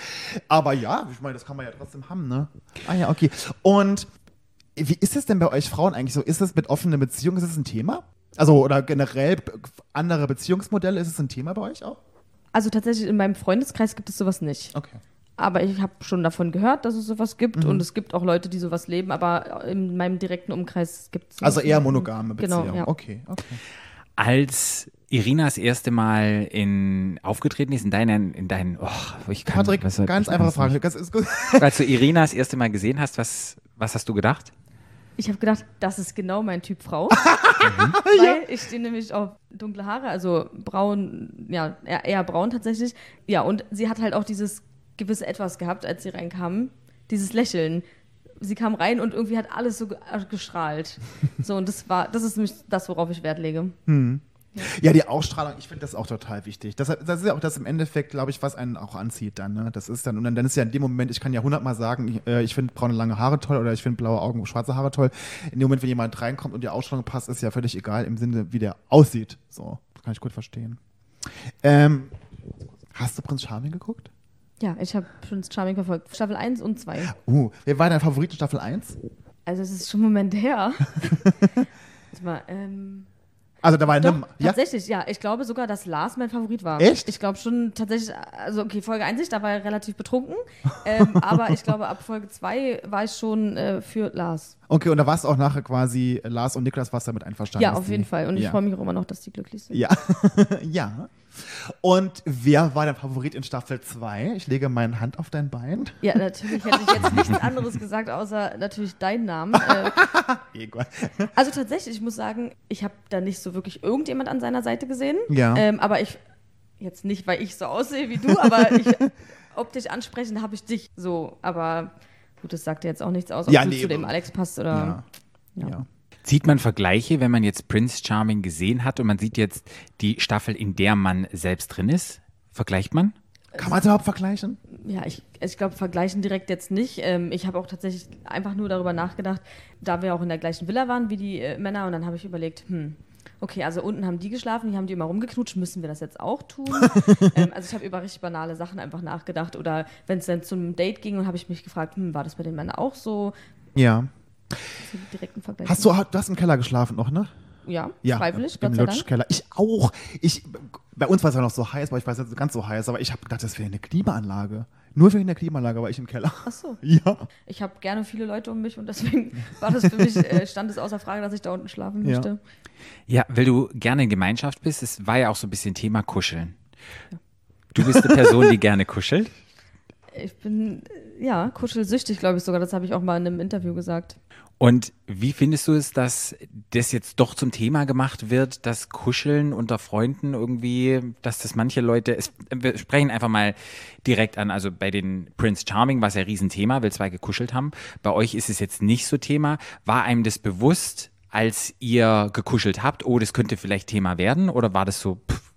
S1: Aber ja, ich meine, das kann man ja trotzdem haben. Ne? Ah ja, okay. Und wie ist es denn bei euch Frauen eigentlich so? Ist es mit offenen Beziehungen, ist es ein Thema? Also, oder generell b- andere Beziehungsmodelle, ist es ein Thema bei euch auch?
S3: Also tatsächlich in meinem Freundeskreis gibt es sowas nicht.
S1: Okay.
S3: Aber ich habe schon davon gehört, dass es sowas gibt
S1: Mhm.
S3: und es gibt auch Leute, die sowas leben, aber in meinem direkten Umkreis gibt es.
S1: Also eher monogame
S3: Genau,
S1: Beziehungen.
S3: ja.
S1: Okay, okay.
S4: Als Irina das erste Mal in, aufgetreten ist, in deinen, in deinen, oh, ich kann,
S1: Patrick,
S4: was soll-
S1: ganz
S4: ich
S1: einfache
S4: kann's
S1: Frage. Ganz, ist gut.
S4: nicht. Als du Irina das erste Mal gesehen hast, was, was hast du gedacht?
S3: Ich habe gedacht, das ist genau mein Typ Frau. Weil ich stehe nämlich auf dunkle Haare, also braun, ja, eher, eher braun tatsächlich. Ja, und sie hat halt auch dieses gewisse Etwas gehabt, als sie reinkam. Dieses Lächeln. Sie kam rein und irgendwie hat alles so ge- äh, gestrahlt. So, und das war, das ist nämlich das, worauf ich Wert lege.
S1: Ja, die Ausstrahlung, ich finde das auch total wichtig. Das, das ist ja auch das im Endeffekt, glaube ich, was einen auch anzieht dann. Ne? Das ist dann, und dann, dann ist ja in dem Moment, ich kann ja hundertmal sagen, ich, äh, ich finde braune lange Haare toll oder ich finde blaue Augen, schwarze Haare toll. In dem Moment, wenn jemand reinkommt und die Ausstrahlung passt, ist ja völlig egal im Sinne, wie der aussieht. So, das kann ich gut verstehen. Ähm, hast du Prinz Charming geguckt?
S3: Ja, ich habe Prince Charming verfolgt. Staffel 1 und 2.
S1: Uh, wer war dein Favorit in Staffel 1?
S3: Also es ist schon einen Moment her. Warte mal, ähm,
S1: Also da war
S3: doch,
S1: eine, ja,
S3: tatsächlich, ja. Ich glaube sogar, dass Lars mein Favorit war.
S1: Echt?
S3: Ich glaube schon tatsächlich, also okay, Folge 1 nicht, da war er relativ betrunken. ähm, aber ich glaube, ab Folge 2 war ich schon äh, für Lars.
S1: okay, und da warst du auch nachher quasi, äh, Lars und Niklas warst damit einverstanden.
S3: ja,
S1: dass
S3: auf
S1: die-
S3: jeden Fall. Und ich
S1: ja.
S3: freue mich auch immer noch, dass die glücklich sind.
S1: Ja. ja. Und wer war dein Favorit in Staffel 2? Ich lege meine Hand auf dein Bein.
S3: Ja, natürlich hätte ich jetzt nichts anderes gesagt, außer natürlich deinen Namen. Äh,
S1: Egal.
S3: Also tatsächlich, ich muss sagen, ich habe da nicht so wirklich irgendjemand an seiner Seite gesehen.
S1: Ja.
S3: Ähm, aber ich, jetzt nicht, weil ich so aussehe wie du, aber ich, optisch ansprechend habe ich dich so. Aber gut, das sagt ja jetzt auch nichts aus, ob
S1: Ja,
S3: du
S1: nee,
S3: zu dem
S1: aber-
S3: Alex passt oder.
S1: Ja.
S3: Ja.
S1: ja.
S4: Sieht man Vergleiche, wenn man jetzt Prince Charming gesehen hat und man sieht jetzt die Staffel, in der man selbst drin ist? Vergleicht man?
S1: Kann man es überhaupt vergleichen?
S3: Ja, ich, also ich glaube, vergleichen direkt jetzt nicht. Ähm, ich habe auch tatsächlich einfach nur darüber nachgedacht, da wir auch in der gleichen Villa waren wie die äh, Männer und dann habe ich überlegt, hm, okay, also unten haben die geschlafen, hier haben die immer rumgeknutscht, müssen wir das jetzt auch tun? ähm, also ich habe über richtig banale Sachen einfach nachgedacht oder wenn es dann zum Date ging und habe ich mich gefragt, hm, war das bei den Männern auch so?
S1: Ja.
S3: Also direkten Vergleich.
S1: Hast du, du hast im Keller geschlafen noch, ne?
S3: Ja,
S1: Ja.
S3: freiwillig,
S1: Im
S3: Gott sei Dank.
S1: Lutschkeller. Ich auch. Ich, bei uns war es ja noch so heiß, aber ich weiß nicht ganz so heiß, aber ich habe gedacht, das wäre eine Klimaanlage. Nur wegen der Klimaanlage war ich im Keller.
S3: Ach so.
S1: Ja.
S3: Ich habe gerne viele Leute um mich und deswegen war das für mich, äh, stand es außer Frage, dass ich da unten schlafen
S1: Ja.
S3: möchte.
S4: Ja, weil du gerne in Gemeinschaft bist, es war ja auch so ein bisschen Thema Kuscheln. Du bist eine Person, die gerne kuschelt.
S3: Ich bin, äh, ja, kuschelsüchtig, glaube ich sogar. Das habe ich auch mal in einem Interview gesagt.
S4: Und wie findest du es, dass das jetzt doch zum Thema gemacht wird, dass Kuscheln unter Freunden irgendwie, dass das manche Leute, es, wir sprechen einfach mal direkt an, also bei den Prince Charming war es ja ein Riesenthema, weil zwei gekuschelt haben. Bei euch ist es jetzt nicht so Thema. War einem das bewusst, als ihr gekuschelt habt, oh, das könnte vielleicht Thema werden? Oder war das so, pff,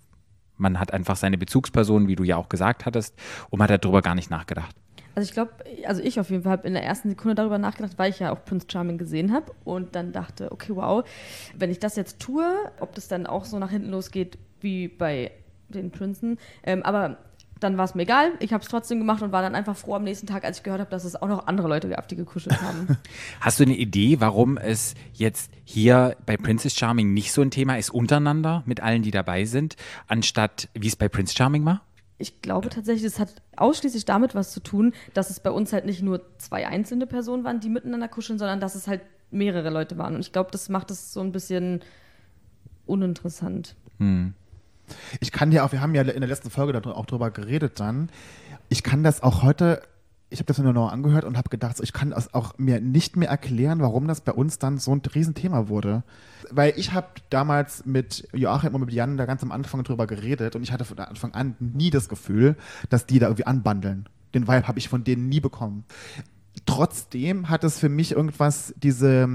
S4: man hat einfach seine Bezugsperson, wie du ja auch gesagt hattest, und man hat darüber gar nicht nachgedacht?
S3: Also ich glaube, also ich auf jeden Fall habe in der ersten Sekunde darüber nachgedacht, weil ich ja auch Prince Charming gesehen habe und dann dachte, okay, wow, wenn ich das jetzt tue, ob das dann auch so nach hinten losgeht wie bei den Prinzen. Ähm, aber dann war es mir egal, ich habe es trotzdem gemacht und war dann einfach froh am nächsten Tag, als ich gehört habe, dass es auch noch andere Leute gab, die gekuschelt haben.
S4: Hast du eine Idee, warum es jetzt hier bei Princess Charming nicht so ein Thema ist, untereinander mit allen, die dabei sind, anstatt wie es bei Prince Charming war?
S3: Ich glaube tatsächlich, es hat ausschließlich damit was zu tun, dass es bei uns halt nicht nur zwei einzelne Personen waren, die miteinander kuscheln, sondern dass es halt mehrere Leute waren. Und ich glaube, das macht es so ein bisschen uninteressant.
S1: Ich kann dir auch, wir haben ja in der letzten Folge da auch drüber geredet dann. Ich kann das auch heute, ich habe das mir noch angehört und habe gedacht, so, ich kann das auch mir nicht mehr erklären, warum das bei uns dann so ein Riesenthema wurde. Weil ich habe damals mit Joachim und mit Jan da ganz am Anfang drüber geredet und ich hatte von Anfang an nie das Gefühl, dass die da irgendwie anbandeln. Den Vibe habe ich von denen nie bekommen. Trotzdem hat es für mich irgendwas, diese,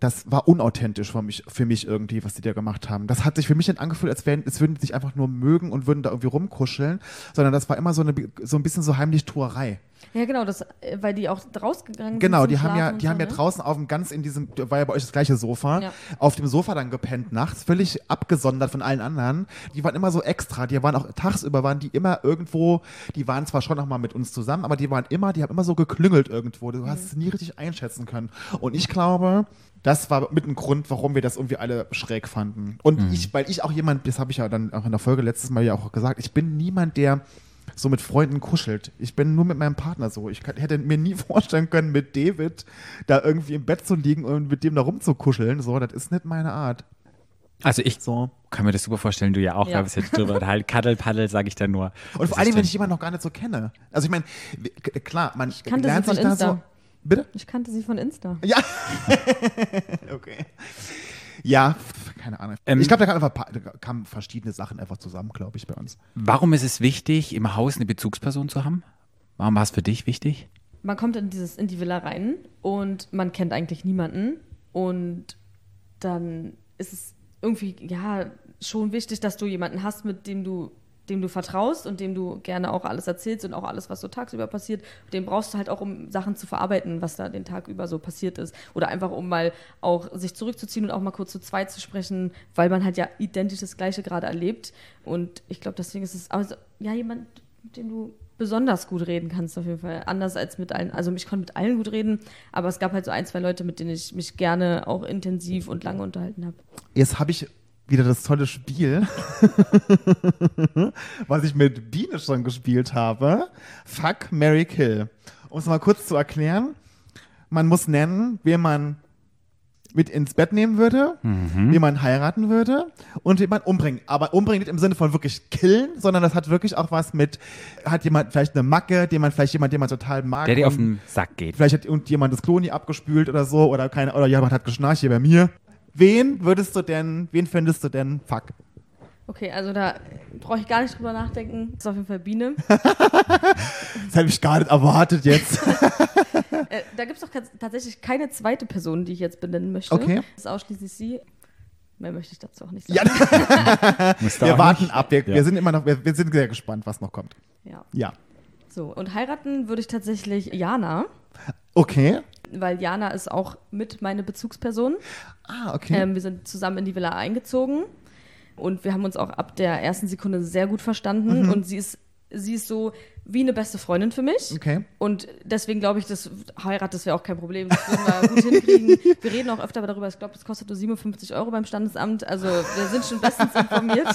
S1: das war unauthentisch für mich, für mich irgendwie, was die da gemacht haben. Das hat sich für mich dann angefühlt, als, wären, als würden die sich einfach nur mögen und würden da irgendwie rumkuscheln, sondern das war immer so, eine, so ein bisschen so heimlich Tuerei.
S3: Ja, genau, das, äh, weil die auch rausgegangen sind.
S1: Genau,
S3: zum
S1: die haben
S3: Schlafen
S1: ja,
S3: und
S1: die
S3: so,
S1: haben ja
S3: ne?
S1: draußen auf dem ganz in diesem, da war ja bei euch das gleiche Sofa,
S3: Ja.
S1: auf dem Sofa dann gepennt nachts, völlig abgesondert von allen anderen. Die waren immer so extra, die waren auch tagsüber, waren die immer irgendwo, die waren zwar schon nochmal mit uns zusammen, aber die waren immer, die haben immer so geklüngelt irgendwo. Du hast es
S3: Mhm.
S1: nie richtig einschätzen können. Und ich glaube, das war mit ein Grund, warum wir das irgendwie alle schräg fanden. Und ich, weil ich auch jemand, das habe ich ja dann auch in der Folge letztes Mal ja auch gesagt, ich bin niemand, der so mit Freunden kuschelt. Ich bin nur mit meinem Partner so. Ich kann, hätte mir nie vorstellen können, mit David da irgendwie im Bett zu liegen und mit dem da rumzukuscheln. So, das ist nicht meine Art.
S4: Also ich
S1: So.
S4: kann mir das super vorstellen, du ja auch,
S3: Ja.
S4: ja. wir jetzt drüber unterhalten. Kaddelpaddel, sage ich da nur.
S1: Und
S4: Das
S1: vor allem, wenn
S4: ist dann-
S1: ich jemanden noch gar nicht so kenne. Also ich meine, w- k- klar, man
S3: kannte
S1: lernt
S3: sie
S1: sich
S3: von
S1: da
S3: Insta.
S1: so. Bitte?
S3: Ich kannte sie von Insta.
S1: Ja. okay. Ja, keine Ahnung.
S4: Ähm,
S1: ich glaube, da kamen einfach pa- da kamen verschiedene Sachen einfach zusammen, glaube ich, bei uns.
S4: Warum ist es wichtig, im Haus eine Bezugsperson zu haben? Warum war es für dich wichtig?
S3: Man kommt in, dieses, in die Villa rein und man kennt eigentlich niemanden. Und dann ist es irgendwie, ja, schon wichtig, dass du jemanden hast, mit dem du dem du vertraust und dem du gerne auch alles erzählst und auch alles, was so tagsüber passiert, den brauchst du halt auch, um Sachen zu verarbeiten, was da den Tag über so passiert ist. Oder einfach, um mal auch sich zurückzuziehen und auch mal kurz zu zweit zu sprechen, weil man halt ja identisch das Gleiche gerade erlebt. Und ich glaube, deswegen ist es, also, ja, jemand, mit dem du besonders gut reden kannst auf jeden Fall. Anders als mit allen, also ich konnte mit allen gut reden, aber es gab halt so ein, zwei Leute, mit denen ich mich gerne auch intensiv und lange unterhalten habe.
S1: Jetzt habe ich wieder das tolle Spiel, was ich mit Biene schon gespielt habe. Fuck, Mary Kill. Um es mal kurz zu erklären, man muss nennen, wen man mit ins Bett nehmen würde,
S4: Mhm.
S1: wen man heiraten würde und wen man umbringen. Aber umbringen nicht im Sinne von wirklich killen, sondern das hat wirklich auch was mit, hat jemand vielleicht eine Macke, den man vielleicht jemand, den man total mag.
S4: Der dir auf
S1: und-
S4: den Sack geht.
S1: Vielleicht hat irgendjemand das Klo nie abgespült oder so, oder keine, oder jemand hat geschnarcht hier bei mir. Wen würdest du denn, wen findest du denn? Fuck.
S3: Okay, also da brauche ich gar nicht drüber nachdenken. Ist auf jeden Fall Biene.
S1: Das hätte ich gar nicht erwartet jetzt.
S3: Äh, da gibt es doch tats- tatsächlich keine zweite Person, die ich jetzt benennen möchte.
S1: Okay.
S3: Das ist ausschließlich sie. Mehr möchte ich dazu auch nicht
S1: ja,
S3: sagen.
S4: Musst du
S1: wir
S4: auch
S1: warten
S4: nicht.
S1: ab. Wir,
S4: Ja.
S1: wir sind immer noch, wir, wir sind sehr gespannt, was noch kommt.
S3: Ja. ja.
S1: Ja.
S3: So, und heiraten würde ich tatsächlich Jana,
S1: Okay.
S3: weil Jana ist auch mit meine Bezugsperson.
S1: Ah, okay.
S3: Ähm, wir sind zusammen in die Villa eingezogen und wir haben uns auch ab der ersten Sekunde sehr gut verstanden
S1: Mhm.
S3: und sie ist, sie ist so wie eine beste Freundin für mich.
S1: Okay.
S3: Und deswegen glaube ich, das Heirat, das wäre auch kein Problem. Das würden wir gut hinkriegen. Wir reden auch öfter darüber. Ich glaube, das kostet nur 57 Euro beim Standesamt. Also wir sind schon bestens informiert.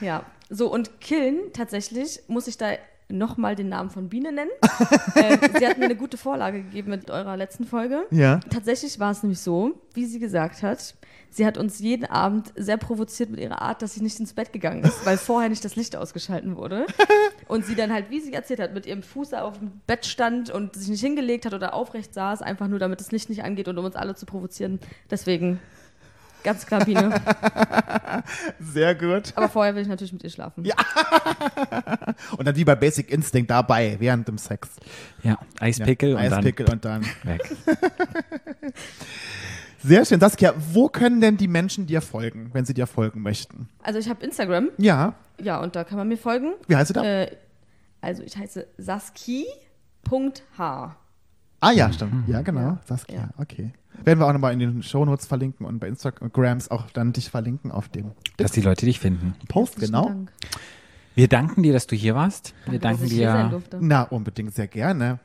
S3: Ja. So, und Killen, tatsächlich, muss ich da nochmal den Namen von Biene nennen. ähm, sie hat mir eine gute Vorlage gegeben mit eurer letzten Folge.
S1: ja.
S3: Tatsächlich war es nämlich so, wie sie gesagt hat, sie hat uns jeden Abend sehr provoziert mit ihrer Art, dass sie nicht ins Bett gegangen ist, weil vorher nicht das Licht ausgeschalten wurde. Und sie dann halt, wie sie erzählt hat, mit ihrem Fuß da auf dem Bett stand und sich nicht hingelegt hat oder aufrecht saß, einfach nur damit das Licht nicht angeht und um uns alle zu provozieren. Deswegen ganz klar Biene.
S1: Sehr gut.
S3: Aber vorher will ich natürlich mit ihr schlafen. Ja.
S1: Und dann wie bei Basic Instinct dabei, während dem Sex.
S4: Ja, Eispickel
S1: ja.
S4: und
S1: Eispickel und dann.
S4: dann weg.
S1: Sehr schön. Saskia, wo können denn die Menschen dir folgen, wenn sie dir folgen möchten?
S3: Also ich habe Instagram,
S1: Ja.
S3: ja, und da kann man mir folgen.
S1: Wie heißt du da?
S3: Äh, Also ich heiße Saski.h.
S1: Ah ja,
S4: Mhm.
S1: stimmt. Ja, genau.
S3: Ja.
S1: Saskia,
S3: Ja.
S1: okay. Werden wir auch nochmal in den Shownotes verlinken und bei Instagrams auch dann dich verlinken auf dem
S4: dass die Leute dich finden.
S1: Post, genau.
S3: Vielen Dank.
S4: Wir danken dir, dass du hier warst. Wir
S3: Danke,
S4: danken
S3: dass ich hier sein
S4: dir.
S3: durfte.
S1: Na, unbedingt sehr gerne.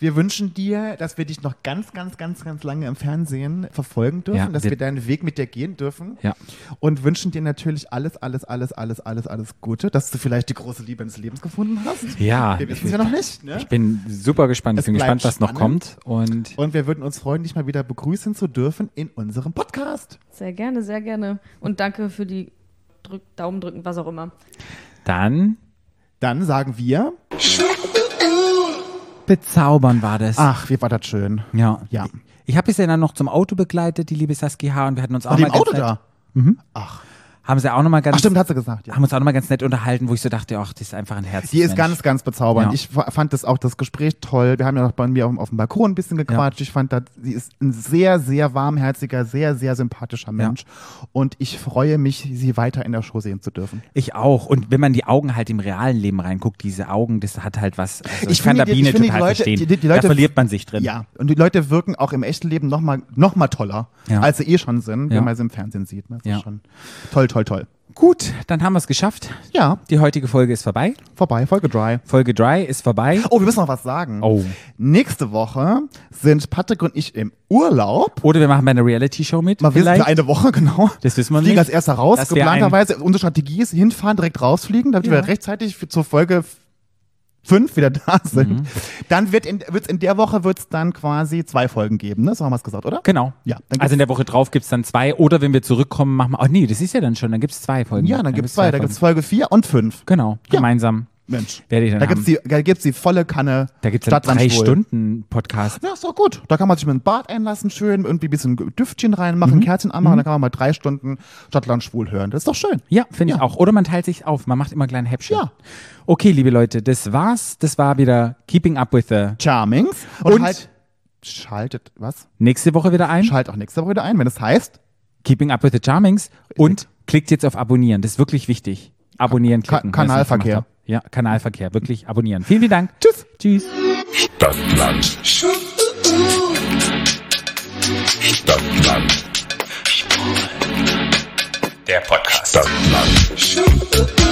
S1: Wir wünschen dir, dass wir dich noch ganz, ganz, ganz, ganz lange im Fernsehen verfolgen dürfen,
S4: Ja,
S1: dass
S4: wir-
S1: wir deinen Weg mit dir gehen dürfen.
S4: Ja.
S1: Und wünschen dir natürlich alles, alles, alles, alles, alles, alles Gute, dass du vielleicht die große Liebe ins Lebens gefunden hast.
S4: Ja,
S1: Wir wissen
S4: ich-
S1: es ja noch nicht, ne?
S4: Ich bin super gespannt.
S1: Es
S4: Ich bin
S1: bleibt
S4: gespannt, was noch
S1: spannend.
S4: kommt. Und
S1: Und wir würden uns freuen, dich mal wieder begrüßen zu dürfen in unserem Podcast.
S3: Sehr gerne, sehr gerne. Und danke für die Drück, Daumen drücken, was auch immer.
S4: dann
S1: Dann sagen wir,
S4: bezaubern war das.
S1: ach, wie war das schön. Oh
S4: Ja.
S1: Ah, Ja.
S4: Ich habe bisher dann noch zum Auto begleitet, die liebe Saskia H. Und wir hatten uns auch
S1: Ach, die
S4: mal
S1: im
S4: ganz
S1: Auto
S4: nett,
S1: da.
S4: haben sie auch noch mal ganz,
S1: Mhm. Ach, stimmt, hat sie gesagt. Ja.
S4: haben uns auch noch mal ganz nett unterhalten, wo ich so dachte, ach, die ist einfach ein Herz.
S1: Die ist ganz, ganz bezaubernd.
S4: Ja.
S1: Ich fa- fand das auch das Gespräch toll. Wir haben ja noch bei mir auf, auf dem Balkon ein bisschen gequatscht. Ich fand, das, sie ist ein sehr, sehr warmherziger, sehr, sehr sympathischer Mensch. Und ich freue mich, sie weiter in der Show sehen zu dürfen.
S4: Ich auch. Und wenn man die Augen halt im realen Leben reinguckt, diese Augen, das hat halt was. Also ich kann
S1: finde
S4: da
S1: die- ich
S4: Biene
S1: finde die
S4: total
S1: Leute-
S4: verstehen.
S1: die- die- die
S4: da
S1: Leute-
S4: verliert man sich drin.
S1: Ja, und die Leute wirken auch im echten Leben nochmal noch mal toller,
S4: Ja.
S1: als sie eh schon sind,
S4: Ja.
S1: wenn man sie im Fernsehen sieht. Das
S4: Ja.
S1: ist schon toll, toll, toll.
S4: Gut, dann haben wir es geschafft.
S1: Ja,
S4: Die heutige Folge ist vorbei.
S1: vorbei, Folge dry.
S4: Folge Dry ist vorbei.
S1: Oh, wir müssen noch was sagen.
S4: Oh.
S1: Nächste Woche sind Patrick und ich im Urlaub.
S4: Oder wir machen bei einer Reality-Show mit.
S1: Mal wissen
S4: vielleicht.
S1: für eine Woche, genau.
S4: Das wissen wir
S1: fliegen
S4: nicht.
S1: als erster raus,
S4: Das wär ein-
S1: geplanterweise. Unsere Strategie ist, hinfahren, direkt rausfliegen, damit
S4: Ja.
S1: wir rechtzeitig für, zur Folge 5 wieder da
S4: Mhm.
S1: sind. Dann wird in, wird's in der Woche wird's dann quasi zwei Folgen geben, ne? So haben wir es gesagt, oder?
S4: Genau.
S1: Ja, dann
S4: also in der Woche drauf gibt es dann zwei. Oder wenn wir zurückkommen, machen wir. Oh nee, das ist ja dann schon. Dann gibt es Genau. zwei Folgen.
S1: Ja, dann gibt's
S4: gibt's
S1: zwei. Da gibt's
S4: Folgen.
S1: Folge 4 und 5.
S4: Genau,
S1: Ja.
S4: gemeinsam.
S1: Mensch.
S4: Werde ich dann
S1: Da gibt's,
S4: haben.
S1: die, da gibt's die volle Kanne.
S4: Da gibt es dann drei
S1: Stadtrandschwul.
S4: Stunden Podcast.
S1: Ja, ist doch gut. Da kann man sich mit dem Bad einlassen, schön, irgendwie ein bisschen Düftchen
S4: Mhm.
S1: reinmachen, Kerzen anmachen, dann kann man mal drei Stunden Stadtland schwul hören. Das ist doch schön.
S4: Ja, finde ich
S1: Ja.
S4: auch. Oder man teilt sich auf. Man macht immer kleine Häppchen.
S1: Ja.
S4: Okay, liebe Leute, das war's. Das war wieder Keeping Up with the.
S1: Charmings.
S4: Und-
S1: halt, schaltet, was?
S4: Nächste Woche wieder ein.
S1: Schalt auch nächste Woche wieder ein, wenn es heißt,
S4: Keeping Up with the Charmings. Und klickt jetzt auf Abonnieren. Das ist wirklich wichtig. Abonnieren,
S1: Ka-
S4: klicken.
S1: Ka-
S4: wenn ihr es noch nicht
S1: Kanalverkehr.
S4: gemacht habt. Ja, Kanalverkehr. Wirklich abonnieren. Vielen, vielen Dank. Tschüss. Tschüss.
S2: Stadtland Stadtland
S5: Der Podcast.
S2: Stadtland